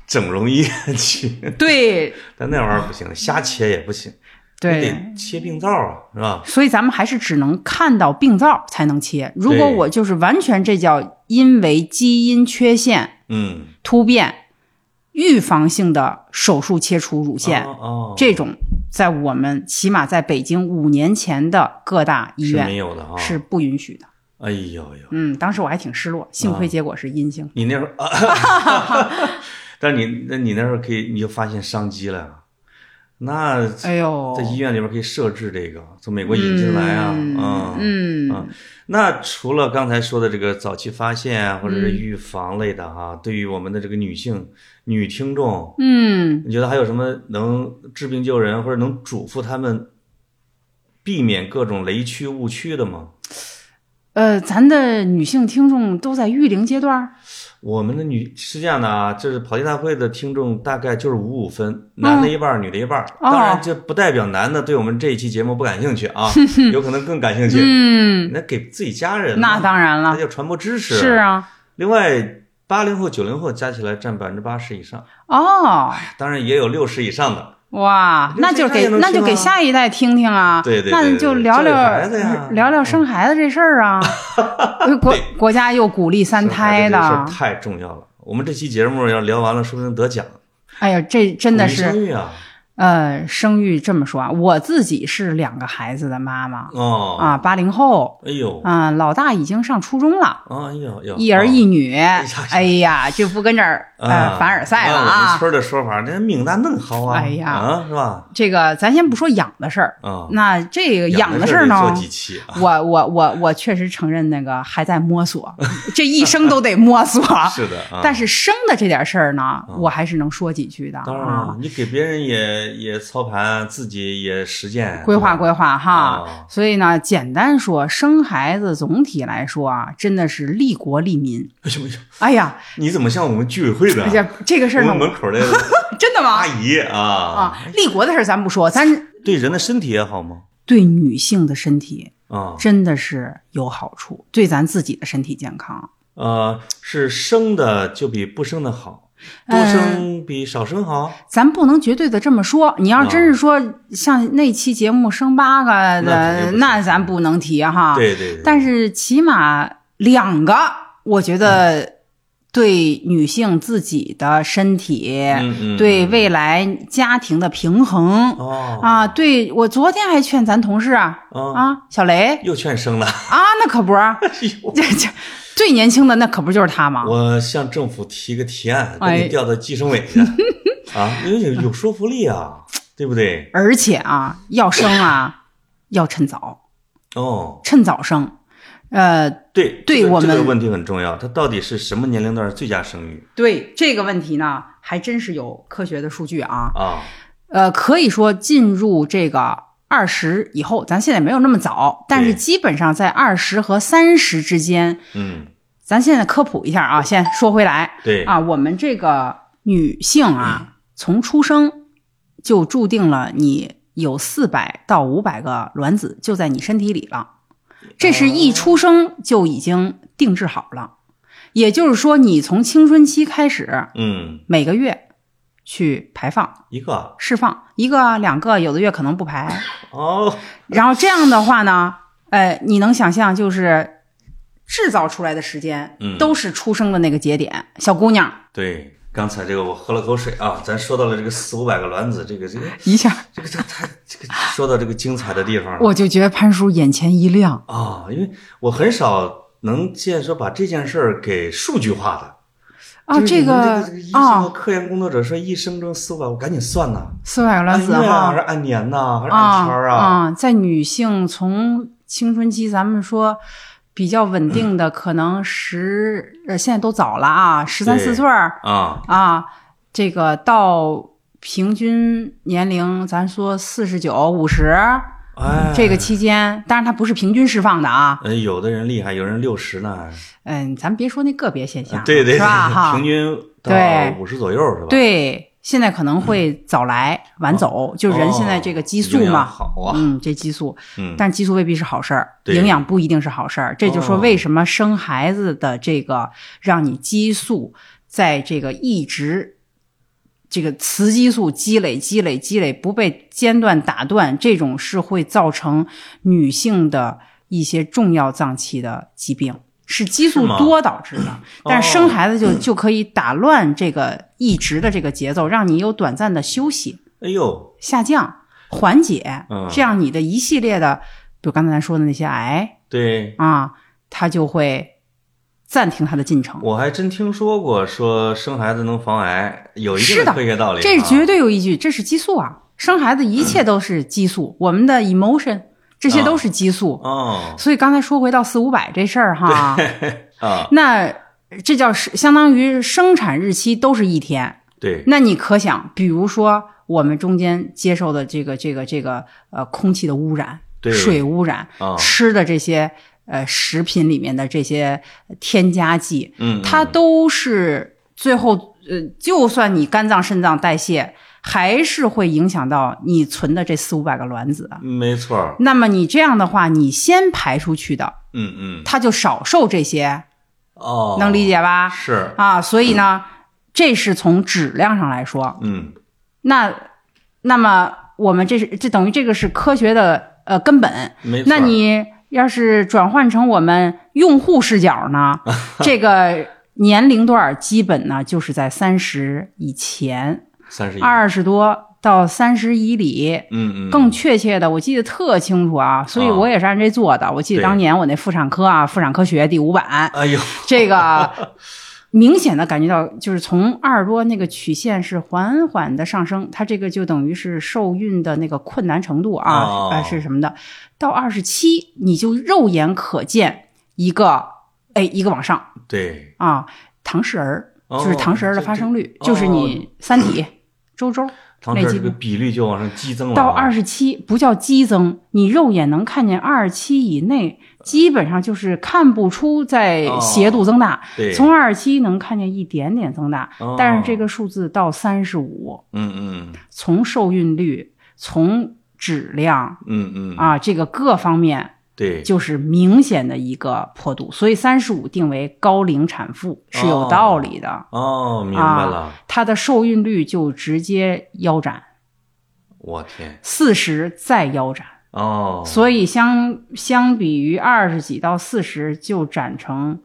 Speaker 1: 整容医院去，
Speaker 2: 对
Speaker 1: 但那玩意儿不行，瞎切也不行，你
Speaker 2: 对，
Speaker 1: 得切病灶啊，是吧？
Speaker 2: 所以咱们还是只能看到病灶才能切。如果
Speaker 1: 对
Speaker 2: 我就是完全这叫因为基因缺陷
Speaker 1: 嗯，
Speaker 2: 突变，预防性的手术切除乳腺，
Speaker 1: 哦哦，
Speaker 2: 这种在我们起码在北京五年前的各大医
Speaker 1: 是没
Speaker 2: 院
Speaker 1: 有的啊，
Speaker 2: 是不允许的。
Speaker 1: 哎呦呦，
Speaker 2: 嗯，当时我还挺失落，幸
Speaker 1: 哦
Speaker 2: 亏结果是阴性。
Speaker 1: 你那时候， 啊、 但是你那你那时候可以，你就发现商机了。啊那
Speaker 2: 哎呦，
Speaker 1: 在医院里边可以设置这个，从美国引进来啊，
Speaker 2: 嗯嗯
Speaker 1: 啊。那除了刚才说的这个早期发现啊，或者
Speaker 2: 嗯
Speaker 1: 是预防类的哈、对于我们的这个女性女听众，
Speaker 2: 嗯，
Speaker 1: 你觉得还有什么能治病救人，或者能嘱咐他们避免各种雷区误区的吗？
Speaker 2: 呃，咱的女性听众都在育龄阶段儿，
Speaker 1: 我们的女是这样的啊，就是跑题大会的听众大概就是五五分，男的一半儿，女的一半儿。
Speaker 2: 哦
Speaker 1: 当然，这不代表男的对我们这一期节目不感兴趣 啊，有可能更感兴趣。
Speaker 2: 嗯，
Speaker 1: 那给自己家人嘛，
Speaker 2: 那当然
Speaker 1: 那
Speaker 2: 了，
Speaker 1: 叫传播知识。
Speaker 2: 是。啊，
Speaker 1: 另外，八零后、九零后加起来占百分之八十以上，
Speaker 2: 哦，
Speaker 1: 当然也有六十以上的。
Speaker 2: 哇，
Speaker 1: 六
Speaker 2: 那
Speaker 1: 岁
Speaker 2: 就
Speaker 1: 上
Speaker 2: 给
Speaker 1: 也能
Speaker 2: 那
Speaker 1: 听
Speaker 2: 就给
Speaker 1: 啊
Speaker 2: 下一代听听啊，
Speaker 1: 对对对
Speaker 2: 那
Speaker 1: 对
Speaker 2: 就
Speaker 1: 对
Speaker 2: 聊
Speaker 1: 教育
Speaker 2: 聊
Speaker 1: 孩子呀
Speaker 2: 聊聊生孩子这事儿 啊，国
Speaker 1: 对
Speaker 2: 国家又鼓励三
Speaker 1: 生孩
Speaker 2: 胎
Speaker 1: 子这事儿
Speaker 2: 的，
Speaker 1: 太重要了。我们这期节目要聊完了，说不定得奖。
Speaker 2: 哎呀，这真的
Speaker 1: 鼓励生
Speaker 2: 是
Speaker 1: 育啊，
Speaker 2: 呃，生育这么说啊，我自己是两个孩子的妈妈
Speaker 1: 哦，
Speaker 2: 啊，八零后，
Speaker 1: 哎呦，
Speaker 2: 啊，老大已经上初中了。
Speaker 1: 啊，哎呦呦，
Speaker 2: 一儿
Speaker 1: 哦
Speaker 2: 一女，
Speaker 1: 呀呀
Speaker 2: 哎呀，就不跟这儿呃凡尔赛了
Speaker 1: 按啊我们
Speaker 2: 啊。
Speaker 1: 村儿的说法，那命大嫩好啊，
Speaker 2: 哎呀
Speaker 1: 啊，是吧？
Speaker 2: 这个咱先不说养的事儿，
Speaker 1: 啊，
Speaker 2: 那这个养
Speaker 1: 的
Speaker 2: 事儿
Speaker 1: 得
Speaker 2: 呢
Speaker 1: 做，几期啊？
Speaker 2: 我我我我确实承认那个还在摸索，这一生都得摸索。
Speaker 1: 是的，啊、
Speaker 2: 但是生的这点事儿呢，
Speaker 1: 嗯
Speaker 2: 我还是能说几句的
Speaker 1: 当然
Speaker 2: 啊
Speaker 1: 了，。你给别人也也操盘，自己也实践
Speaker 2: 规
Speaker 1: 对
Speaker 2: 划
Speaker 1: 吧
Speaker 2: 规划哈，
Speaker 1: 啊
Speaker 2: 所以呢，简单说，生孩子总体来说啊，真的是利国利民。
Speaker 1: 哎呦哎呦，
Speaker 2: 哎呀，
Speaker 1: 你怎么像我们居委会的啊
Speaker 2: 而且这个事儿
Speaker 1: 我
Speaker 2: 呢
Speaker 1: 们，哎门口的
Speaker 2: 真的吗
Speaker 1: 阿？姨啊，
Speaker 2: 啊，立国的事儿咱不说，咱
Speaker 1: 对人的身体也好吗？
Speaker 2: 对女性的身体
Speaker 1: 啊，
Speaker 2: 真的是有好处，对咱自己的身体健康。
Speaker 1: 呃，是生的就比不生的好，多生比少生好，
Speaker 2: 咱不能绝对的这么说，你
Speaker 1: 啊
Speaker 2: 要真是说像那期节目生八个
Speaker 1: 那肯
Speaker 2: 的，
Speaker 1: 定不
Speaker 2: 那
Speaker 1: 行
Speaker 2: 咱不能提哈。
Speaker 1: 对对对。
Speaker 2: 嗯但是起码两个，我觉得对女性自己的身体，
Speaker 1: 嗯嗯，
Speaker 2: 对未来家庭的平衡、
Speaker 1: 哦
Speaker 2: 啊，对我昨天还劝咱同事啊、
Speaker 1: 啊，
Speaker 2: 啊，小雷
Speaker 1: 又劝生了。
Speaker 2: 啊，那可不啊，
Speaker 1: 哎呦
Speaker 2: 这这最年轻的那可不就是他吗？
Speaker 1: 我向政府提个提案，把
Speaker 2: 哎
Speaker 1: 你调到计生委去啊，因为有有说服力啊，对不对？
Speaker 2: 而且啊，要生啊，要趁早，
Speaker 1: 哦，
Speaker 2: 趁早生。呃，
Speaker 1: 对，
Speaker 2: 对
Speaker 1: 这个
Speaker 2: 我们
Speaker 1: 这个问题很重要，它到底是什么年龄段最佳生育
Speaker 2: 对这个问题呢，还真是有科学的数据啊。
Speaker 1: 啊？
Speaker 2: 呃，可以说进入这个二十以后，咱现在没有那么早，但是
Speaker 1: 对
Speaker 2: 基本上在二十和三十之间，
Speaker 1: 嗯，
Speaker 2: 咱现在科普一下啊。先说回来
Speaker 1: 对，
Speaker 2: 啊，我们这个女性啊，从出生就注定了你有四百到五百个卵子就在你身体里了，这是一出生就已经定制好了。也就是说，你从青春期开始，
Speaker 1: 嗯，
Speaker 2: 每个月去排放。
Speaker 1: 一个
Speaker 2: 释放一个、两个，有的月可能不排。
Speaker 1: 哦，
Speaker 2: 然后这样的话呢， 呃，你能想象就是制造出来的时间，
Speaker 1: 嗯
Speaker 2: 都是出生的那个节点。小姑娘
Speaker 1: 对，刚才这个我喝了口水啊，咱说到了这个四五百个卵子，这个这个
Speaker 2: 一下，
Speaker 1: 这个这个太这个说到这个精彩的地方了，
Speaker 2: 我就觉得潘叔眼前一亮。
Speaker 1: 啊，因为我很少能见说把这件事儿给数据化的。
Speaker 2: 啊，
Speaker 1: 就是
Speaker 2: 这
Speaker 1: 你们
Speaker 2: 个
Speaker 1: 这个医生和
Speaker 2: 啊，
Speaker 1: 科研工作者说，一生中四百，我赶紧算呐，
Speaker 2: 四百个
Speaker 1: 按
Speaker 2: 卵子
Speaker 1: 月啊，还
Speaker 2: 哈
Speaker 1: 是按年呐，还是按
Speaker 2: 啊
Speaker 1: 圈儿啊？
Speaker 2: 啊，在女性从青春期，咱们说。比较稳定的，可能十呃，现在都早了啊，十三四
Speaker 1: 对
Speaker 2: 岁儿，
Speaker 1: 啊，
Speaker 2: 啊，这个到平均年龄，咱说四十九、五十
Speaker 1: 哎，
Speaker 2: 这个，期间，当然它不是平均释放的啊。
Speaker 1: 呃，有的人厉害，有人六十呢，
Speaker 2: 嗯，咱别说那个别现象，
Speaker 1: 嗯对对，
Speaker 2: 是吧？哈，
Speaker 1: 平均到
Speaker 2: 对
Speaker 1: 五十左右是吧？，
Speaker 2: 对，现在可能会早来晚
Speaker 1: 哦
Speaker 2: 走，就人现在这个激素
Speaker 1: 营养
Speaker 2: 嘛。
Speaker 1: 好啊，
Speaker 2: 嗯，这激素，
Speaker 1: 嗯，
Speaker 2: 但激素未必是好事儿，
Speaker 1: 对哦
Speaker 2: 营养不一定是好事儿。这就说为什么生孩子的这个让你激素在这个一直这个雌激素积累、积累、积累不被间断打断，这种是会造成女性的一些重要脏器的疾病。是激素
Speaker 1: 是吗哦
Speaker 2: 多导致 的，但是生孩子就就可以打乱这个一直的这个节奏，让你有短暂的休息。
Speaker 1: 哎呦，
Speaker 2: 下降、缓解
Speaker 1: 嗯，
Speaker 2: 这样你的一系列的，比如刚才咱说的那些癌
Speaker 1: 对，
Speaker 2: 啊，他就会暂停他的进程。
Speaker 1: 我还真听说过，说生孩子能防癌，有一
Speaker 2: 是
Speaker 1: 定
Speaker 2: 的
Speaker 1: 科学道理、啊。
Speaker 2: 这是绝对有依据，这是激素啊！生孩子一切都是激素，我们的 emotion 这些都是激素。
Speaker 1: 哦
Speaker 2: 所以刚才说回到四五百这事儿哈，
Speaker 1: 啊，
Speaker 2: 那这叫是相当于生产日期都是一天。
Speaker 1: 对，
Speaker 2: 那你可想，比如说我们中间接受的这个这个这个呃空气的污染、
Speaker 1: 对
Speaker 2: 水污染、
Speaker 1: 啊
Speaker 2: 吃的这些呃食品里面的这些添加剂，
Speaker 1: 嗯，
Speaker 2: 它
Speaker 1: 嗯
Speaker 2: 都是最后呃，就算你肝脏、肾脏代谢，还是会影响到你存的这四五百个卵子。
Speaker 1: 没错儿，
Speaker 2: 那么你这样的话，你先排出去的，
Speaker 1: 嗯嗯，
Speaker 2: 它就少受这些，
Speaker 1: 哦，
Speaker 2: 能理解吧？
Speaker 1: 是，
Speaker 2: 啊，所以呢，这是从质量上来说。
Speaker 1: 嗯
Speaker 2: 那那么我们这是这等于这个是科学的呃根本。
Speaker 1: 没错儿。
Speaker 2: 那你要是转换成我们用户视 角呢，这个年龄段儿基本呢就是在三十以前，
Speaker 1: 三十一，
Speaker 2: 二十多到三十以里。
Speaker 1: 哎嗯嗯，
Speaker 2: 更确切的，我记得特清楚啊，所以
Speaker 1: 啊
Speaker 2: 我也是按这做的。我记得
Speaker 1: 对
Speaker 2: 当年我那妇产科啊，妇产科学第五版，
Speaker 1: 哎呦，
Speaker 2: 这个明显的感觉到，就是从二十多那个曲线是缓缓的上升，它这个就等于是受孕的那个困难程度啊，
Speaker 1: 哦
Speaker 2: 呃是什么的？到二十七，你就肉眼可见一个哎一个往上
Speaker 1: 对，
Speaker 2: 啊，唐氏儿
Speaker 1: 哦
Speaker 2: 就是唐氏儿的发生率，
Speaker 1: 这哦
Speaker 2: 就是你三体、周周。
Speaker 1: 唐氏儿
Speaker 2: 那几
Speaker 1: 这个
Speaker 2: 步
Speaker 1: 比率就往上激增了啊，
Speaker 2: 到二十七不叫激增，你肉眼能看见二十七以内，基本上就是看不出在
Speaker 1: 哦
Speaker 2: 斜度增大。
Speaker 1: 对，
Speaker 2: 从二十七能看见一点点增大，
Speaker 1: 哦
Speaker 2: 但是这个数字到三十五，
Speaker 1: 嗯嗯
Speaker 2: 从受孕率、从质量
Speaker 1: 嗯嗯，
Speaker 2: 啊，这个各方面
Speaker 1: 对，
Speaker 2: 就是明显的一个坡度，所以三十五定为高龄产妇是有
Speaker 1: 哦
Speaker 2: 道理的，
Speaker 1: 哦，明白了，
Speaker 2: 她的受孕率就直接腰斩，
Speaker 1: 我天，
Speaker 2: 四十再腰斩，
Speaker 1: 哦，
Speaker 2: 所以相相比于二十几到四十就斩成。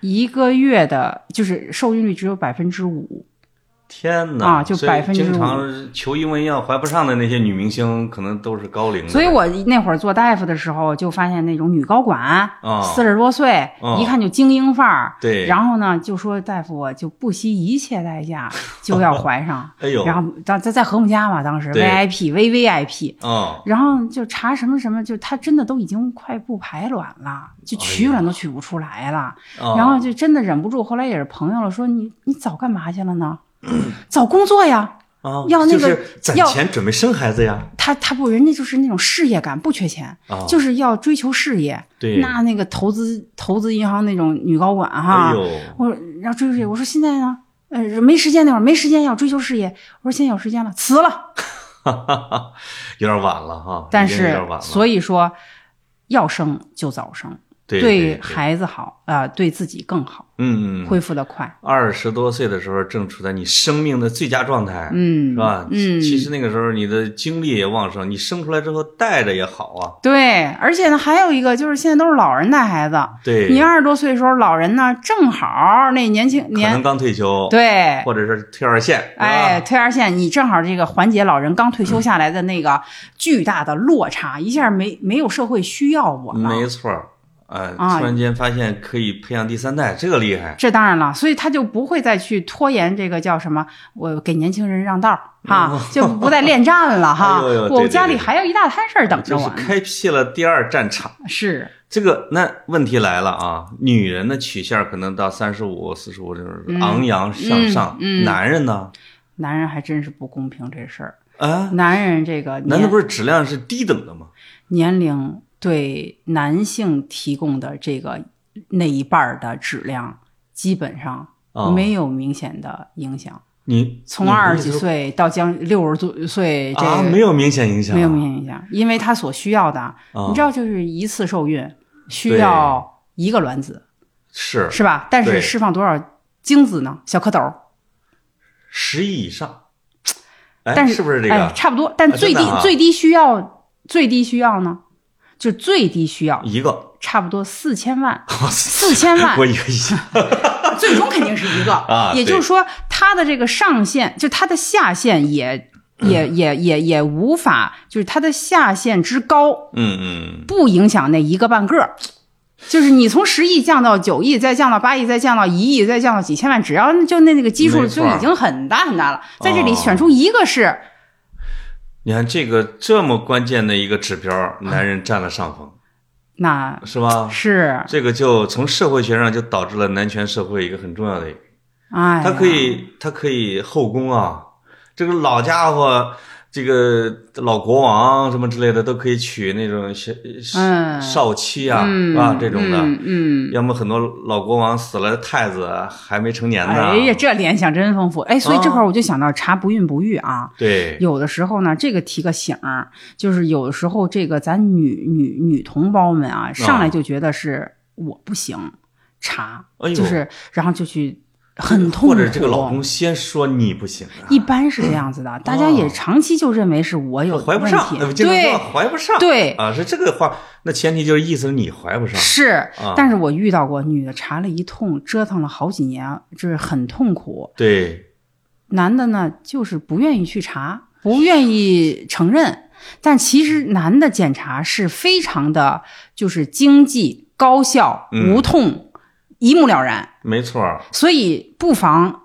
Speaker 2: 一个月的，就是受孕率只有百分之五，
Speaker 1: 天哪，
Speaker 2: 啊就
Speaker 1: 所以
Speaker 2: 5%
Speaker 1: 经常求医问药怀不上的那些女明星，可能都是高龄的，
Speaker 2: 所以我那会儿做大夫的时候，就发现那种女高管，
Speaker 1: 啊
Speaker 2: 四十多岁，
Speaker 1: 啊
Speaker 2: 一看就精英范儿。
Speaker 1: 对
Speaker 2: 然后呢，就说大夫，我就不惜一切 代价就要怀上。
Speaker 1: 哎呦
Speaker 2: 然后当在在和睦家嘛，当时
Speaker 1: 对
Speaker 2: VIP、VVIP，
Speaker 1: 哦，
Speaker 2: 然后就查什么什么，就他真的都已经快不排卵了，就取卵都取不出来了。
Speaker 1: 哦
Speaker 2: 然后就真的忍不住，后来也是朋友了，说你你早干嘛去 了呢？早工作呀。
Speaker 1: 啊，
Speaker 2: 要那个
Speaker 1: 就是攒
Speaker 2: 要
Speaker 1: 钱准备生孩子呀，
Speaker 2: 他他不，人家就是那种事业感，不缺钱，
Speaker 1: 啊，
Speaker 2: 就是要追求事业。
Speaker 1: 对，
Speaker 2: 那那个投资投资银行那种女高管哈，
Speaker 1: 哎呦，
Speaker 2: 我说要追求事业，我说现在呢，呃，没时间那会儿没时间要追求事业，我说现在有时间了，辞了。
Speaker 1: 哈哈哈， 有点晚了哈，
Speaker 2: 但
Speaker 1: 已经有
Speaker 2: 是
Speaker 1: 点晚了，
Speaker 2: 所以说，要生就早生，
Speaker 1: 对对，
Speaker 2: 孩子好啊、呃对自己更好，
Speaker 1: 嗯嗯。
Speaker 2: 恢复的快。
Speaker 1: 二十多岁的时候，正处在你生命的最佳状态，
Speaker 2: 嗯，
Speaker 1: 是吧？
Speaker 2: 嗯，
Speaker 1: 其实那个时候你的精力也旺盛，你生出来之后带着也好啊。
Speaker 2: 对，而且呢，还有一个就是现在都是老人带孩子，
Speaker 1: 对，
Speaker 2: 你二十多岁的时候，老人呢正好那年轻
Speaker 1: 可能
Speaker 2: 年
Speaker 1: 刚退休，，
Speaker 2: 对
Speaker 1: 或者是退二线，是吧
Speaker 2: 哎，，退二线，你正好这个缓解老人刚退休下来的那个巨大的落差，一下没没有社会需要我
Speaker 1: 没
Speaker 2: 了。
Speaker 1: 错儿，呃，
Speaker 2: 啊
Speaker 1: 突然间发现可以培养第三代，这个厉害，
Speaker 2: 这当然了，所以他就不会再去拖延这个叫什么，我给年轻人让道儿哈，就不再恋战了哈。
Speaker 1: 哦哎呦呦对
Speaker 2: 我
Speaker 1: 对
Speaker 2: 家里
Speaker 1: 对
Speaker 2: 还有一大摊事儿等着
Speaker 1: 就
Speaker 2: 我
Speaker 1: 是
Speaker 2: 呢。
Speaker 1: 开辟了第二战场。
Speaker 2: 是，
Speaker 1: 这个那问题来了啊，女人的曲线可能到三十五、四十五就是
Speaker 2: 嗯
Speaker 1: 昂扬向上，
Speaker 2: 嗯嗯
Speaker 1: 男人呢？
Speaker 2: 男人还真是不公平这事儿。
Speaker 1: 啊，
Speaker 2: 男人这个
Speaker 1: 男的
Speaker 2: 嗯年
Speaker 1: 不是质量是低等的吗？
Speaker 2: 年龄对男性提供的这个那一半儿的质量，基本上
Speaker 1: 啊
Speaker 2: 没有明显的影响。
Speaker 1: 你
Speaker 2: 从二十几岁到将六十多岁，这个、
Speaker 1: 啊，没有明显影响，
Speaker 2: 没有明显影响，因为他所需要的，
Speaker 1: 啊
Speaker 2: 你知道，就是一次受孕需要一个卵子，
Speaker 1: 是
Speaker 2: 是吧？但
Speaker 1: 对
Speaker 2: 是释放多少精子呢？小蝌蚪，
Speaker 1: 十亿以上，哎，
Speaker 2: 但
Speaker 1: 是不是这个？
Speaker 2: 哎，差不多，但
Speaker 1: 啊
Speaker 2: 最低、
Speaker 1: 真的啊
Speaker 2: 最低需要最低需要呢，就最低需要
Speaker 1: 一个，
Speaker 2: 差不多四 千万，四千万
Speaker 1: 我一个亿，
Speaker 2: 最终肯定是一个
Speaker 1: 啊
Speaker 2: 也就是说，它的这个上限，就它的下限也。也也也也无法，就是它的下限之高，
Speaker 1: 嗯嗯，
Speaker 2: 不影响那一个半个儿，就是你从十亿降到九亿，再降到八亿，再降到一亿，再降到几千万，只要就那那个基数
Speaker 1: 没错
Speaker 2: 就已经很大很大了。在这里
Speaker 1: 哦
Speaker 2: 选出一个是，
Speaker 1: 你看这个这么关键的一个指标，男人占了上风，
Speaker 2: 那
Speaker 1: 是吧？
Speaker 2: 是
Speaker 1: 这个就从社会学上就导致了男权社会一个很重要的一个，
Speaker 2: 哎呀，
Speaker 1: 他可以他可以后宫啊，这个老家伙，这个老国王什么之类的都可以娶那种小
Speaker 2: 嗯
Speaker 1: 少妻啊
Speaker 2: 嗯
Speaker 1: 啊这种的，
Speaker 2: 嗯，嗯
Speaker 1: 要么很多老国王死了太子还没成年呢，
Speaker 2: 哎呀，这联想真丰富。哎，所以
Speaker 1: 哦
Speaker 2: 这块儿我就想到查不孕不育啊。
Speaker 1: 对，
Speaker 2: 有的时候呢，这个提个醒儿，就是有的时候这个咱女女女同胞们啊，上
Speaker 1: 哦
Speaker 2: 来就觉得是我不行，查，
Speaker 1: 哎呦
Speaker 2: 就是然后就去很痛苦。
Speaker 1: 或
Speaker 2: 啊
Speaker 1: 者这个老公先说你不行啊，
Speaker 2: 一般是这样子的，大家也长期就认为是我有
Speaker 1: 怀不
Speaker 2: 问
Speaker 1: 上
Speaker 2: 题，
Speaker 1: 呃经常
Speaker 2: 对
Speaker 1: 说怀不上，
Speaker 2: 对
Speaker 1: 啊，是这个话，那前提就是意思是你怀不上，
Speaker 2: 是
Speaker 1: 啊，
Speaker 2: 但是我遇到过女的查了一通，折腾了好几年，就是很痛苦。
Speaker 1: 对，
Speaker 2: 男的呢，就是不愿意去查，不愿意承认。但其实男的检查是非常的，就是经济、高效、
Speaker 1: 嗯
Speaker 2: 无痛，一目了然。
Speaker 1: 没错儿，
Speaker 2: 所以不妨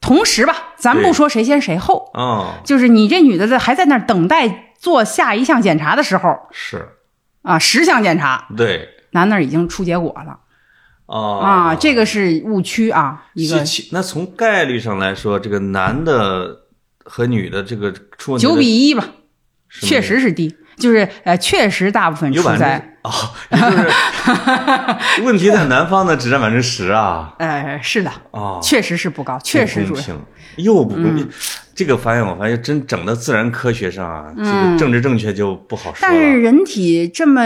Speaker 2: 同时吧，咱
Speaker 1: 对
Speaker 2: 不说谁先谁后，
Speaker 1: 啊，
Speaker 2: 就是你这女的在还在那儿等待做下一项检查的时候
Speaker 1: 是
Speaker 2: 啊，十项检查，
Speaker 1: 对
Speaker 2: 男那儿已经出结果了
Speaker 1: 啊
Speaker 2: 啊，这个是误区啊，一个
Speaker 1: 是其那从概率上来说，这个男的和女的这个出问题的
Speaker 2: 九比一吧。
Speaker 1: 是吗
Speaker 2: 确实是低，就是呃，确实大部分
Speaker 1: 有
Speaker 2: 出
Speaker 1: 百
Speaker 2: 在
Speaker 1: 分之哦，也就是 问题在南方呢，只占百分之十啊
Speaker 2: 呃，是的，
Speaker 1: 啊，
Speaker 2: 确实是不高，确实嗯
Speaker 1: 不
Speaker 2: 主
Speaker 1: 公平，又不公平。这个发现我发现真整到自然科学上啊，这个政治正确就不好说
Speaker 2: 嗯但是
Speaker 1: 了。
Speaker 2: 人体这么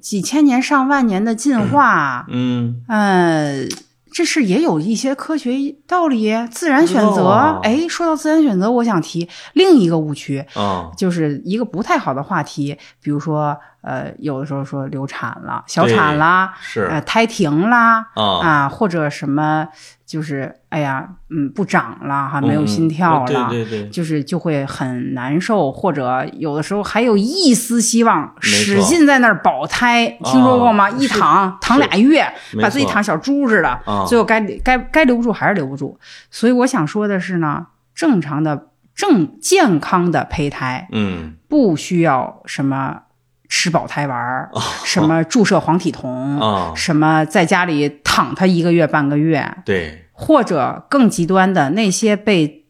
Speaker 2: 几千年、上万年的进化，
Speaker 1: 嗯，
Speaker 2: 呃，这是也有一些科学道理。自然选
Speaker 1: 哦
Speaker 2: 择，哎，说到自然选择，我想提另一个误区，
Speaker 1: 啊，
Speaker 2: 就是一个不太好的话题，比如说，呃，有的时候说流产了、小产啦，呃，
Speaker 1: 是
Speaker 2: 胎停啦，
Speaker 1: 啊，
Speaker 2: 啊，或者什么，就是哎呀，嗯，不长了哈，
Speaker 1: 嗯
Speaker 2: 没有心跳
Speaker 1: 嗯
Speaker 2: 了，
Speaker 1: 对对对，
Speaker 2: 就是就会很难受，或者有的时候还有一丝希望，
Speaker 1: 错
Speaker 2: 使劲在那儿保胎，听说过吗？
Speaker 1: 啊
Speaker 2: 一躺躺
Speaker 1: 是
Speaker 2: 俩月，
Speaker 1: 没
Speaker 2: 把自己
Speaker 1: 错
Speaker 2: 躺小猪似的，
Speaker 1: 啊
Speaker 2: 最后该该该留不住还是留不住。所以我想说的是呢，正常的正健康的胚胎，
Speaker 1: 嗯，
Speaker 2: 不需要什么吃保胎丸儿，
Speaker 1: 哦
Speaker 2: 什么注射黄体酮，
Speaker 1: 啊
Speaker 2: 什么在家里躺它一个月半个月，
Speaker 1: 对，
Speaker 2: 或者更极端的那些被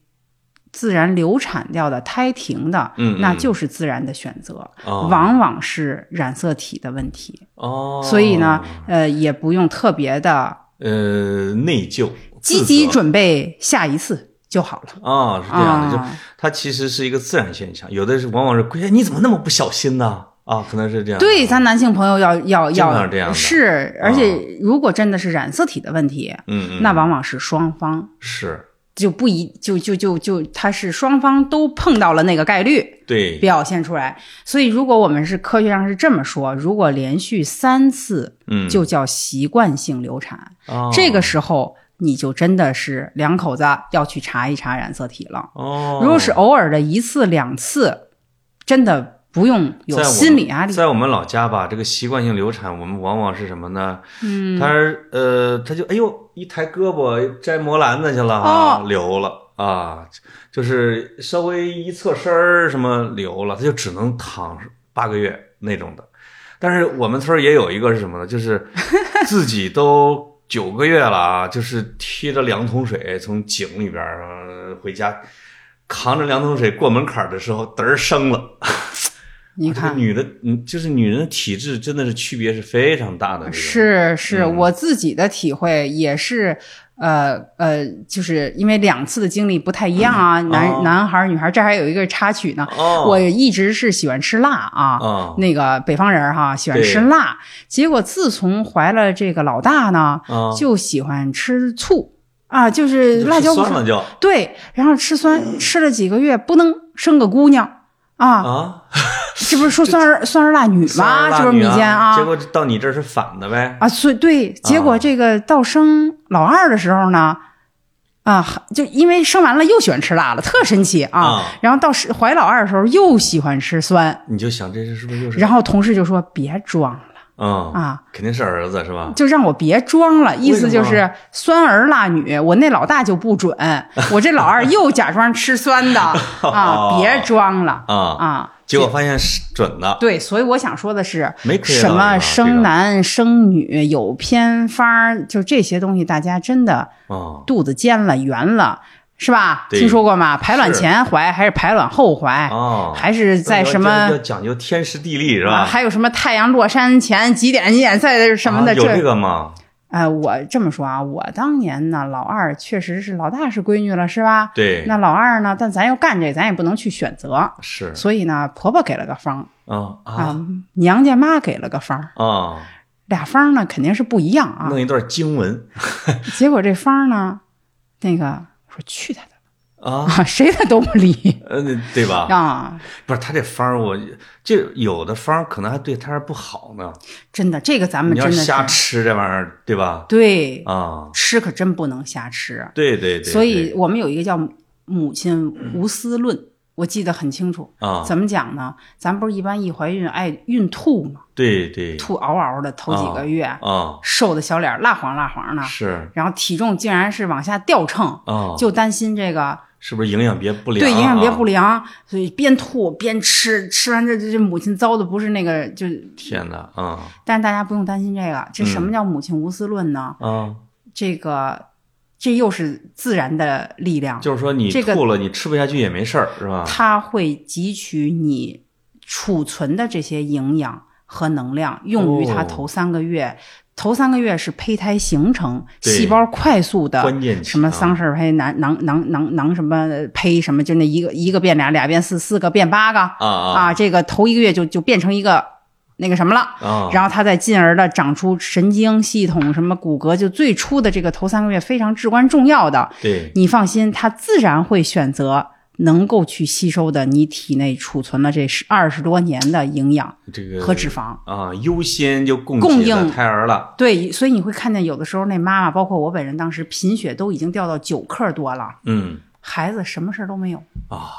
Speaker 2: 自然流产掉的胎停的，
Speaker 1: 嗯嗯
Speaker 2: 那就是自然的选择，
Speaker 1: 哦
Speaker 2: 往往是染色体的问题，
Speaker 1: 哦，
Speaker 2: 所以呢，，呃，也不用特别的
Speaker 1: 呃，内疚，
Speaker 2: 积
Speaker 1: 自
Speaker 2: 极
Speaker 1: 责
Speaker 2: 准备下一次就好了。
Speaker 1: 啊，是这样的，就它其实是一个自然现象，有的是往往是，哎，你怎么那么不小心呢？啊，可能是这样的，
Speaker 2: 对，咱男性朋友要要
Speaker 1: 经常
Speaker 2: 要
Speaker 1: 是这样的啊
Speaker 2: 是，而且如果真的是染色体的问题，
Speaker 1: 嗯嗯，
Speaker 2: 那往往是双方
Speaker 1: 是
Speaker 2: 就不一就就就就他是双方都碰到了那个概率
Speaker 1: 对，
Speaker 2: 表现出来。所以如果我们是科学上是这么说，如果连续三次
Speaker 1: 嗯，
Speaker 2: 就叫习惯性流产，
Speaker 1: 哦
Speaker 2: 这个时候你就真的是两口子要去查一查染色体了。
Speaker 1: 哦，
Speaker 2: 如果是偶尔的一次两次，真的不用有
Speaker 1: 在我
Speaker 2: 心
Speaker 1: 们
Speaker 2: 理压力。
Speaker 1: 在我们老家吧，这个习惯性流产，我们往往是什么呢？嗯，他呃，他就哎呦，一抬胳膊摘磨篮子去了啊，
Speaker 2: 哦
Speaker 1: 流了啊，就是稍微一侧身儿什么流了，他就只能躺八个月那种的。但是我们村儿也有一个是什么呢？就是自己都九个月了啊，就是提着两桶水从井里边儿呃回家，扛着两桶水过门槛儿的时候，嘚儿生了。
Speaker 2: 你
Speaker 1: 这个
Speaker 2: 看，
Speaker 1: 女的，嗯，就是女人的体质真的是区别是非常大的。这个
Speaker 2: 啊是是，
Speaker 1: 嗯
Speaker 2: 我自己的体会也是，呃呃，就是因为两次的经历不太一样啊，男、
Speaker 1: 哦
Speaker 2: 男孩儿女孩儿，这还有一个插曲呢。
Speaker 1: 哦，
Speaker 2: 我一直是喜欢吃辣啊，
Speaker 1: 哦
Speaker 2: 那个北方人儿哈喜欢吃
Speaker 1: 对
Speaker 2: 辣，结果自从怀了这个老大呢，
Speaker 1: 啊，
Speaker 2: 就喜欢吃醋啊，就是辣椒
Speaker 1: 就
Speaker 2: 不
Speaker 1: 酸
Speaker 2: 是
Speaker 1: 了就
Speaker 2: 对，然后吃酸吃了几个月，不能生个姑娘啊，
Speaker 1: 嗯啊，
Speaker 2: 这不是说酸儿酸儿辣女
Speaker 1: 酸儿
Speaker 2: 吗？
Speaker 1: 辣
Speaker 2: 这不是
Speaker 1: 女
Speaker 2: 米线啊？
Speaker 1: 结果到你这儿是反的呗。
Speaker 2: 啊，所以对，结果这个到生老二的时候呢，啊，就因为生完了又喜欢吃辣了，特神奇啊。
Speaker 1: 啊嗯
Speaker 2: 然后到是怀老二的时候又喜欢吃酸，
Speaker 1: 你就想这是是不是又是
Speaker 2: 然后同事就说别装了，
Speaker 1: 嗯
Speaker 2: 啊，
Speaker 1: 肯定是儿子是吧？
Speaker 2: 就让我别装了，意思就
Speaker 1: 为什
Speaker 2: 是酸儿辣女，我那老大就不准，我这老二又假装吃酸 的啊，
Speaker 1: 哦
Speaker 2: 别装了
Speaker 1: 啊，
Speaker 2: 啊！
Speaker 1: 结果发现是准的，
Speaker 2: 对，所以我想说的是，
Speaker 1: 没科学道
Speaker 2: 什
Speaker 1: 理吧
Speaker 2: 么生男生女有偏方儿，就这些东西，大家真的
Speaker 1: 这个啊，
Speaker 2: 肚子尖了圆了，是吧？
Speaker 1: 对
Speaker 2: 听说过吗？排卵
Speaker 1: 是
Speaker 2: 前怀还是排卵后怀，
Speaker 1: 哦
Speaker 2: 还是在什么？
Speaker 1: 要要讲究天时地利是
Speaker 2: 啊，
Speaker 1: 吧？
Speaker 2: 还有什么太阳落山前几点几点在什么的、
Speaker 1: 啊有这
Speaker 2: 这
Speaker 1: 个吗？
Speaker 2: 呃，我这么说啊，我当年呢，老二确实是老大是闺女了，是吧？
Speaker 1: 对，
Speaker 2: 那老二呢？但咱要干这，咱也不能去选择，
Speaker 1: 是
Speaker 2: 所以呢，婆婆给了个方
Speaker 1: 啊
Speaker 2: 啊、
Speaker 1: 啊
Speaker 2: 娘家妈给了个方，
Speaker 1: 啊，
Speaker 2: 俩方呢肯定是不一样啊。
Speaker 1: 弄一段经文
Speaker 2: 结果这方呢，那个我说去他的
Speaker 1: 啊，
Speaker 2: 啊， 谁他都不理
Speaker 1: 呃，对吧？
Speaker 2: 啊！
Speaker 1: 不是他这方儿，我这有的方儿可能还对他不好呢。
Speaker 2: 真的，这个咱们
Speaker 1: 你
Speaker 2: 嗯真
Speaker 1: 要
Speaker 2: 的
Speaker 1: 瞎
Speaker 2: 是
Speaker 1: 吃这玩意儿，对吧？
Speaker 2: 对、
Speaker 1: 啊，
Speaker 2: 吃可真不能瞎吃。
Speaker 1: 对对对对，
Speaker 2: 所以我们有一个叫母亲无私论，我记得很清楚。
Speaker 1: 啊，
Speaker 2: 怎么讲呢？咱不是一般一怀孕爱孕吐吗？
Speaker 1: 对对
Speaker 2: 吐嗷嗷的，头几个月、
Speaker 1: 啊，
Speaker 2: 瘦的小脸儿蜡黄蜡黄的，
Speaker 1: 是
Speaker 2: 然后体重竟然是往下掉秤，
Speaker 1: 啊，
Speaker 2: 就担心这个、
Speaker 1: 是不是营养别不良？啊
Speaker 2: 对营养别不
Speaker 1: 良。
Speaker 2: 良，所以边吐边吃，吃完这这这母亲遭的不是那个就，
Speaker 1: 天哪，啊
Speaker 2: 但是大家不用担心这个，这
Speaker 1: 嗯
Speaker 2: 什么叫母亲无私论呢？
Speaker 1: 啊，
Speaker 2: 这个这又是自然的力量，
Speaker 1: 就是说你
Speaker 2: 这个
Speaker 1: 吐了，你吃不下去也没事儿，是吧？
Speaker 2: 它会汲取你储存的这些营养和能量，用于它
Speaker 1: 哦
Speaker 2: 头三个月。头三个月是胚胎形成，
Speaker 1: 对
Speaker 2: 细胞快速的
Speaker 1: 关键期
Speaker 2: 什么
Speaker 1: 啊
Speaker 2: 桑葚胚、囊囊囊囊囊什么胚什么，就那一个一个变俩，俩变四，四个变八个
Speaker 1: 啊
Speaker 2: 啊，
Speaker 1: 啊
Speaker 2: 这个头一个月就就变成一个那个什么了。
Speaker 1: 啊，
Speaker 2: 然后它再进而的长出神经系统、什么骨骼，就最初的这个头三个月非常至关重要的，
Speaker 1: 对
Speaker 2: 你放心，它自然会选择能够去吸收的你体内储存了这十二十多年的营养
Speaker 1: 这个
Speaker 2: 和脂肪。
Speaker 1: 啊，优先就供
Speaker 2: 供
Speaker 1: 给了
Speaker 2: 应
Speaker 1: 胎儿了。
Speaker 2: 对，所以你会看见有的时候那妈妈，包括我本人，当时贫血都已经掉到九克多了，
Speaker 1: 嗯
Speaker 2: 孩子什么事儿都没有，
Speaker 1: 啊，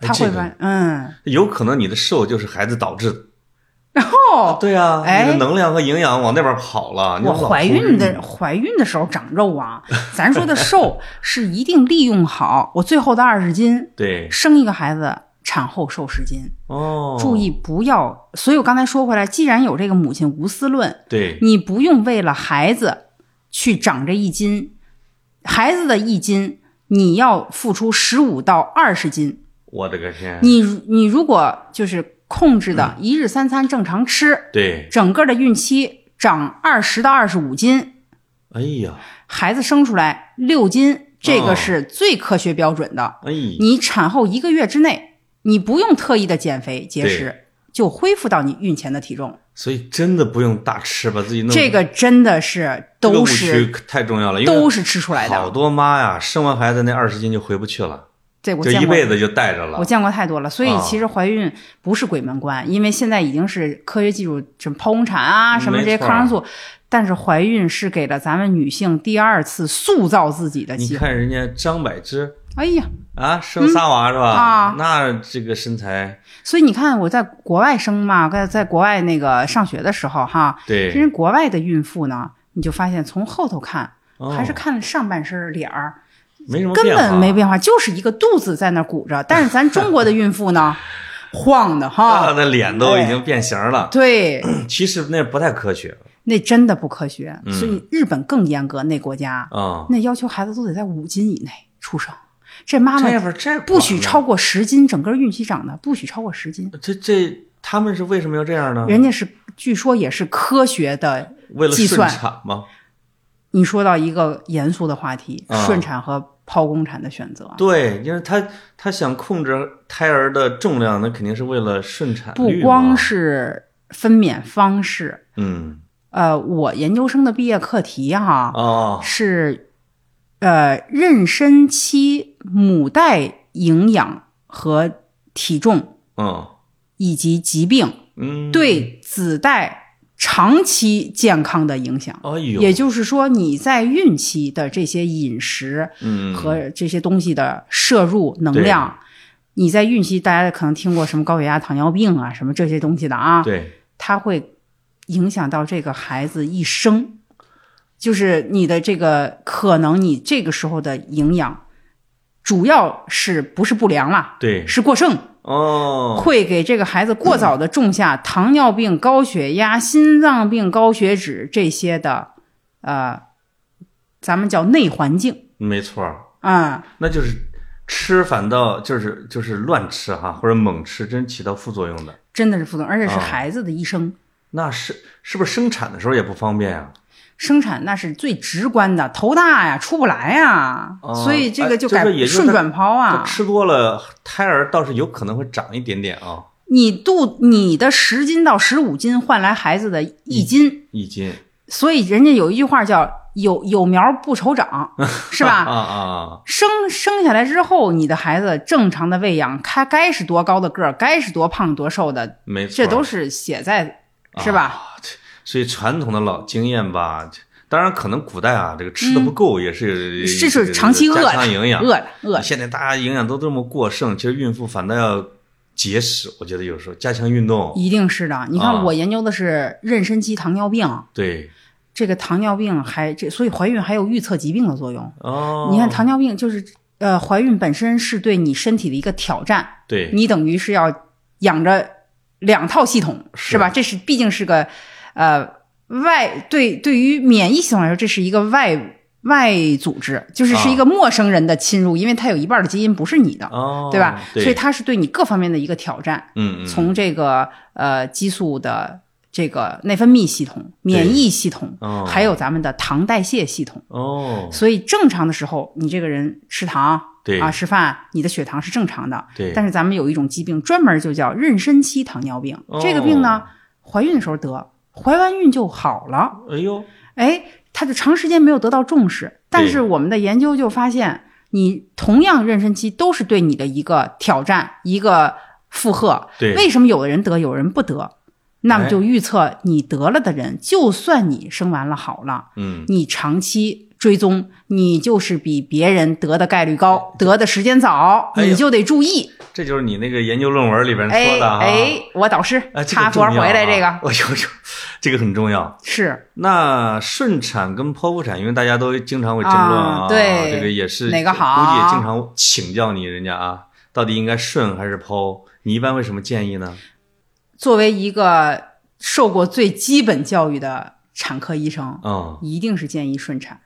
Speaker 1: 哎
Speaker 2: 他会
Speaker 1: 这个
Speaker 2: 完、嗯
Speaker 1: 有可能你的瘦就是孩子导致的。
Speaker 2: 哦。
Speaker 1: 对啊，
Speaker 2: 哎
Speaker 1: 你的能量和营养往那边跑了。你
Speaker 2: 我
Speaker 1: 老嗯
Speaker 2: 怀孕
Speaker 1: 头
Speaker 2: 的
Speaker 1: 晕
Speaker 2: 怀孕的时候长肉啊， 咱说的瘦是一定利用好我最后的二十斤，
Speaker 1: 对
Speaker 2: 生一个孩子产后瘦十斤，
Speaker 1: 哦，
Speaker 2: 注意不要。所以我刚才说回来，既然有这个母亲无私论，
Speaker 1: 对
Speaker 2: 你不用为了孩子去长这一斤，孩子的一斤你要付出十五到二十斤。
Speaker 1: 我的个天，
Speaker 2: 你你如果就是控制
Speaker 1: 嗯
Speaker 2: 的一日三餐正常吃，
Speaker 1: 对，
Speaker 2: 整个的孕期长二十到二十五斤，
Speaker 1: 哎呀，
Speaker 2: 孩子生出来六斤，这个
Speaker 1: 哦
Speaker 2: 是最科学标准的。
Speaker 1: 哎，
Speaker 2: 你产后一个月之内，你不用特意的减肥节
Speaker 1: 对
Speaker 2: 食，就恢复到你孕前的体重。
Speaker 1: 所以真的不用大吃，把自己弄
Speaker 2: 这个真的是
Speaker 1: 这个
Speaker 2: 都
Speaker 1: 误
Speaker 2: 是
Speaker 1: 区可太重要了，因为
Speaker 2: 都是吃出来
Speaker 1: 好
Speaker 2: 的。
Speaker 1: 多妈呀，生完孩子那二十斤就回不去了，
Speaker 2: 这我
Speaker 1: 就
Speaker 2: 见
Speaker 1: 一
Speaker 2: 过，
Speaker 1: 辈子就带着
Speaker 2: 我
Speaker 1: 了。
Speaker 2: 见过太多了。所以
Speaker 1: 啊
Speaker 2: 其实怀孕不是鬼门关，因为现在已经是科学技术，什么剖宫产啊，什么这些
Speaker 1: 嗯没错
Speaker 2: 抗生素。但是怀孕是给了咱们女性第二次塑造自己的
Speaker 1: 你
Speaker 2: 机会。
Speaker 1: 看人家张柏芝
Speaker 2: 哎呀，
Speaker 1: 啊，生仨娃是吧？
Speaker 2: 啊
Speaker 1: 那这个身材，
Speaker 2: 所以你看我在国外生嘛，在在国外那个上学的时候哈，其
Speaker 1: 对，
Speaker 2: 实国外的孕妇呢，你就发现从后头看
Speaker 1: 哦
Speaker 2: 还是看上半身脸儿。
Speaker 1: 没什么
Speaker 2: 根
Speaker 1: 变化，
Speaker 2: 本没变化，就是一个肚子在那儿鼓着。但是咱中国的孕妇呢，晃的
Speaker 1: 啊，
Speaker 2: 哈，
Speaker 1: 那脸都已经变形了。
Speaker 2: 对，
Speaker 1: 其实那不太科学
Speaker 2: 那真的不科学。
Speaker 1: 嗯
Speaker 2: 所以日本更严格，那国家
Speaker 1: 啊。
Speaker 2: 那要求孩子都得在五斤以内出生，这妈妈
Speaker 1: 这会儿这
Speaker 2: 啊不许
Speaker 1: 管呢
Speaker 2: 超过十斤，整个孕期长的不许超过十斤。
Speaker 1: 这这他们是为什么要这样呢？
Speaker 2: 人家是据说也是科学的。
Speaker 1: 为了
Speaker 2: 计
Speaker 1: 顺
Speaker 2: 算
Speaker 1: 产吗？
Speaker 2: 你说到一个严肃的话题，
Speaker 1: 啊
Speaker 2: 顺产和剖宫产的选择，
Speaker 1: 对，因为他他想控制胎儿的重量，那肯定是为了顺产
Speaker 2: 不
Speaker 1: 率嘛
Speaker 2: 光是分娩方式，
Speaker 1: 嗯
Speaker 2: 呃，我研究生的毕业课题哈、
Speaker 1: 哦
Speaker 2: 是，呃，妊娠期母带营养和体重
Speaker 1: 嗯
Speaker 2: 以及疾病
Speaker 1: 嗯，，
Speaker 2: 对子代长期健康的影响。
Speaker 1: 哎呦，
Speaker 2: 也就是说，你在孕期的这些饮食
Speaker 1: 嗯
Speaker 2: 和这些东西的摄入能量，你在孕期，大家可能听过什么高血压、糖尿病啊，什么这些东西的啊，
Speaker 1: 对
Speaker 2: 它会影响到这个孩子一生，就是你的这个可能，你这个时候的营养主要是不是不良啦，
Speaker 1: 对，
Speaker 2: 是过剩，
Speaker 1: 哦，
Speaker 2: 会给这个孩子过早的种下糖尿病、高血压、心脏病、高血脂这些的，呃，咱们叫内环境
Speaker 1: 没错儿，
Speaker 2: 啊、
Speaker 1: 那就是吃反倒就是就是乱吃哈，或者猛吃，真起到副作用的。
Speaker 2: 真的是副作用，而且是
Speaker 1: 啊
Speaker 2: 孩子的一生。
Speaker 1: 那是是不是生产的时候也不方便啊？
Speaker 2: 生产那是最直观的，头大呀，出不来呀，
Speaker 1: 哦
Speaker 2: 所以这
Speaker 1: 哎
Speaker 2: 个就
Speaker 1: 就是
Speaker 2: 改
Speaker 1: 说也就是
Speaker 2: 顺转抛
Speaker 1: 他
Speaker 2: 啊。
Speaker 1: 吃多了，胎儿倒是有可能会长一点点啊，
Speaker 2: 你肚你的十斤到十五斤换来孩子的
Speaker 1: 嗯
Speaker 2: 一斤，
Speaker 1: 一斤
Speaker 2: 所以人家有一句话叫“有有苗不 愁长”，是
Speaker 1: 啊
Speaker 2: 吧？
Speaker 1: 啊啊！
Speaker 2: 生生下来之后，你的孩子正常的喂养，他该是多高的个儿，该是多胖多瘦的，
Speaker 1: 没错，
Speaker 2: 这都是写在是吧？
Speaker 1: 啊这所以传统的老经验吧，这当然可能古代啊，这个吃的不够也是，
Speaker 2: 这嗯是长期饿
Speaker 1: 加
Speaker 2: 的，
Speaker 1: 强营养。
Speaker 2: 饿的，饿的。
Speaker 1: 现在大家营养都这么过剩，其实孕妇反倒要节食。我觉得有时候加强运动，
Speaker 2: 一定是的，你
Speaker 1: 啊
Speaker 2: 看我研究的是妊娠期糖尿病，
Speaker 1: 对
Speaker 2: 这个糖尿病还这，所以怀孕还有预测疾病的作用。
Speaker 1: 哦，
Speaker 2: 你看糖尿病就是呃，怀孕本身是对你身体的一个挑战，
Speaker 1: 对
Speaker 2: 你等于是要养着两套系统，
Speaker 1: 是
Speaker 2: 是吧？这是毕竟是个呃外对对于免疫系统来说，这是一个外外组织，就是是一个陌生人的侵入，因为它有一半的基因不是你的，
Speaker 1: 啊哦，
Speaker 2: 对吧？
Speaker 1: 对
Speaker 2: 所以它是对你各方面的一个挑战。
Speaker 1: 嗯嗯
Speaker 2: 从这个呃激素的这个内分泌系统、免疫系统，
Speaker 1: 哦
Speaker 2: 还有咱们的糖代谢系统。
Speaker 1: 哦
Speaker 2: 所以正常的时候，你这个人吃糖
Speaker 1: 对
Speaker 2: 啊吃饭，你的血糖是正常的。
Speaker 1: 对，
Speaker 2: 但是咱们有一种疾病，专门就叫妊娠期糖尿病。
Speaker 1: 哦
Speaker 2: 这个病呢，怀孕的时候得，怀完孕就好了。
Speaker 1: 哎呦
Speaker 2: 哎，它就长时间没有得到重视。但是我们的研究就发现，你同样妊娠期都是对你的一个挑战，一个负荷。
Speaker 1: 对哎
Speaker 2: 为什么有的人得，有人不得？那么就预测你得了的人，就算你生完了好了，
Speaker 1: 嗯
Speaker 2: 你长期追踪，你就是比别人得的概率高，得的时间早，
Speaker 1: 哎哎呦
Speaker 2: 你就得注意。
Speaker 1: 这就是你那个研究论文里边
Speaker 2: 哎
Speaker 1: 说的哈
Speaker 2: 哎，我导师
Speaker 1: 哎这个
Speaker 2: 哈佛
Speaker 1: 重要啊
Speaker 2: 回来，这个
Speaker 1: 哎呦呦，这个很重要。
Speaker 2: 是
Speaker 1: 那顺产跟剖腹产，因为大家都经常会争论
Speaker 2: 啊对
Speaker 1: 这个也是
Speaker 2: 哪个好
Speaker 1: 估计也经常请教你人家啊，到底应该顺还是剖？你一般会什么建议呢？
Speaker 2: 作为一个受过最基本教育的产科医生，
Speaker 1: 嗯，
Speaker 2: 一定是建议顺产，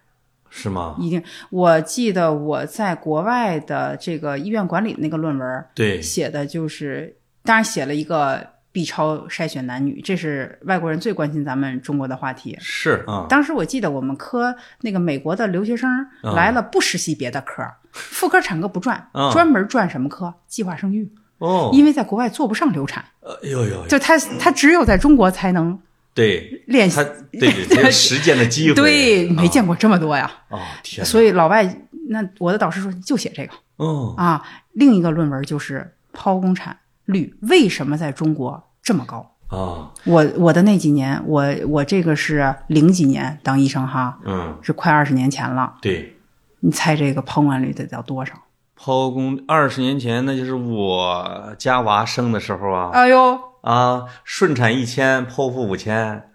Speaker 1: 是吗？
Speaker 2: 一定。我记得我在国外的这个医院管理那个论文
Speaker 1: 对，
Speaker 2: 写的就是，当然写了一个 B 超筛选男女，这是外国人最关心咱们中国的话题。
Speaker 1: 是啊，
Speaker 2: 当时我记得我们科那个美国的留学生
Speaker 1: 嗯
Speaker 2: 来了，不实习别的科， 妇科产科不转
Speaker 1: 嗯，
Speaker 2: 专门转什么科？计划生育，
Speaker 1: 哦，
Speaker 2: 因为在国外做不上流产，
Speaker 1: 呃哎呦呦，
Speaker 2: 就他他只有在中国才能
Speaker 1: 对，
Speaker 2: 练习
Speaker 1: 他。对对，他有实践的机会，
Speaker 2: 对，
Speaker 1: 啊
Speaker 2: 没见过这么多呀，
Speaker 1: 哦， 天哪，
Speaker 2: 所以老外那我的导师说你就写这个
Speaker 1: 哦，
Speaker 2: 啊。另一个论文就是剖宫产率为什么在中国这么高？
Speaker 1: 啊，
Speaker 2: 我我的那几年，我我这个是零几年当医生哈，
Speaker 1: 嗯，
Speaker 2: 是快二十年前了。
Speaker 1: 对，
Speaker 2: 你猜这个剖宫率得到多少？
Speaker 1: 剖宫二十年前那就是我家娃生的时候啊，
Speaker 2: 哎呦，
Speaker 1: 啊，顺产一千，剖腹五 千，